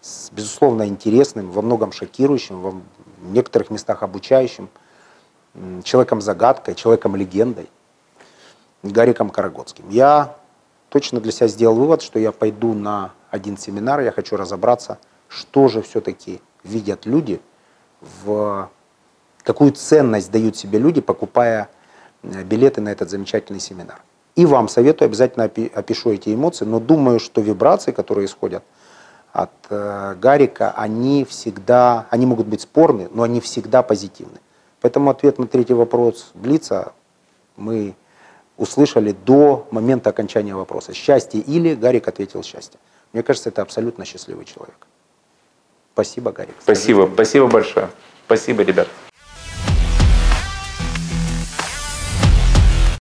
[SPEAKER 2] с, безусловно, интересным, во многом шокирующим, во м- в некоторых местах обучающим, м, человеком-загадкой, человеком-легендой, Гариком Карагодским. Я точно для себя сделал вывод, что я пойду на один семинар, я хочу разобраться, что же все-таки видят люди, в какую ценность дают себе люди, покупая э, билеты на этот замечательный семинар. И вам советую, обязательно опи- опишу эти эмоции, но думаю, что вибрации, которые исходят от э, Гарика, они всегда, они могут быть спорны, но они всегда позитивны. Поэтому ответ на третий вопрос а Блица мы услышали до момента окончания вопроса. Счастье или Гарик ответил счастье. Мне кажется, это абсолютно счастливый человек. Спасибо, Гарик.
[SPEAKER 1] Спасибо. Спасибо большое. Спасибо, ребят.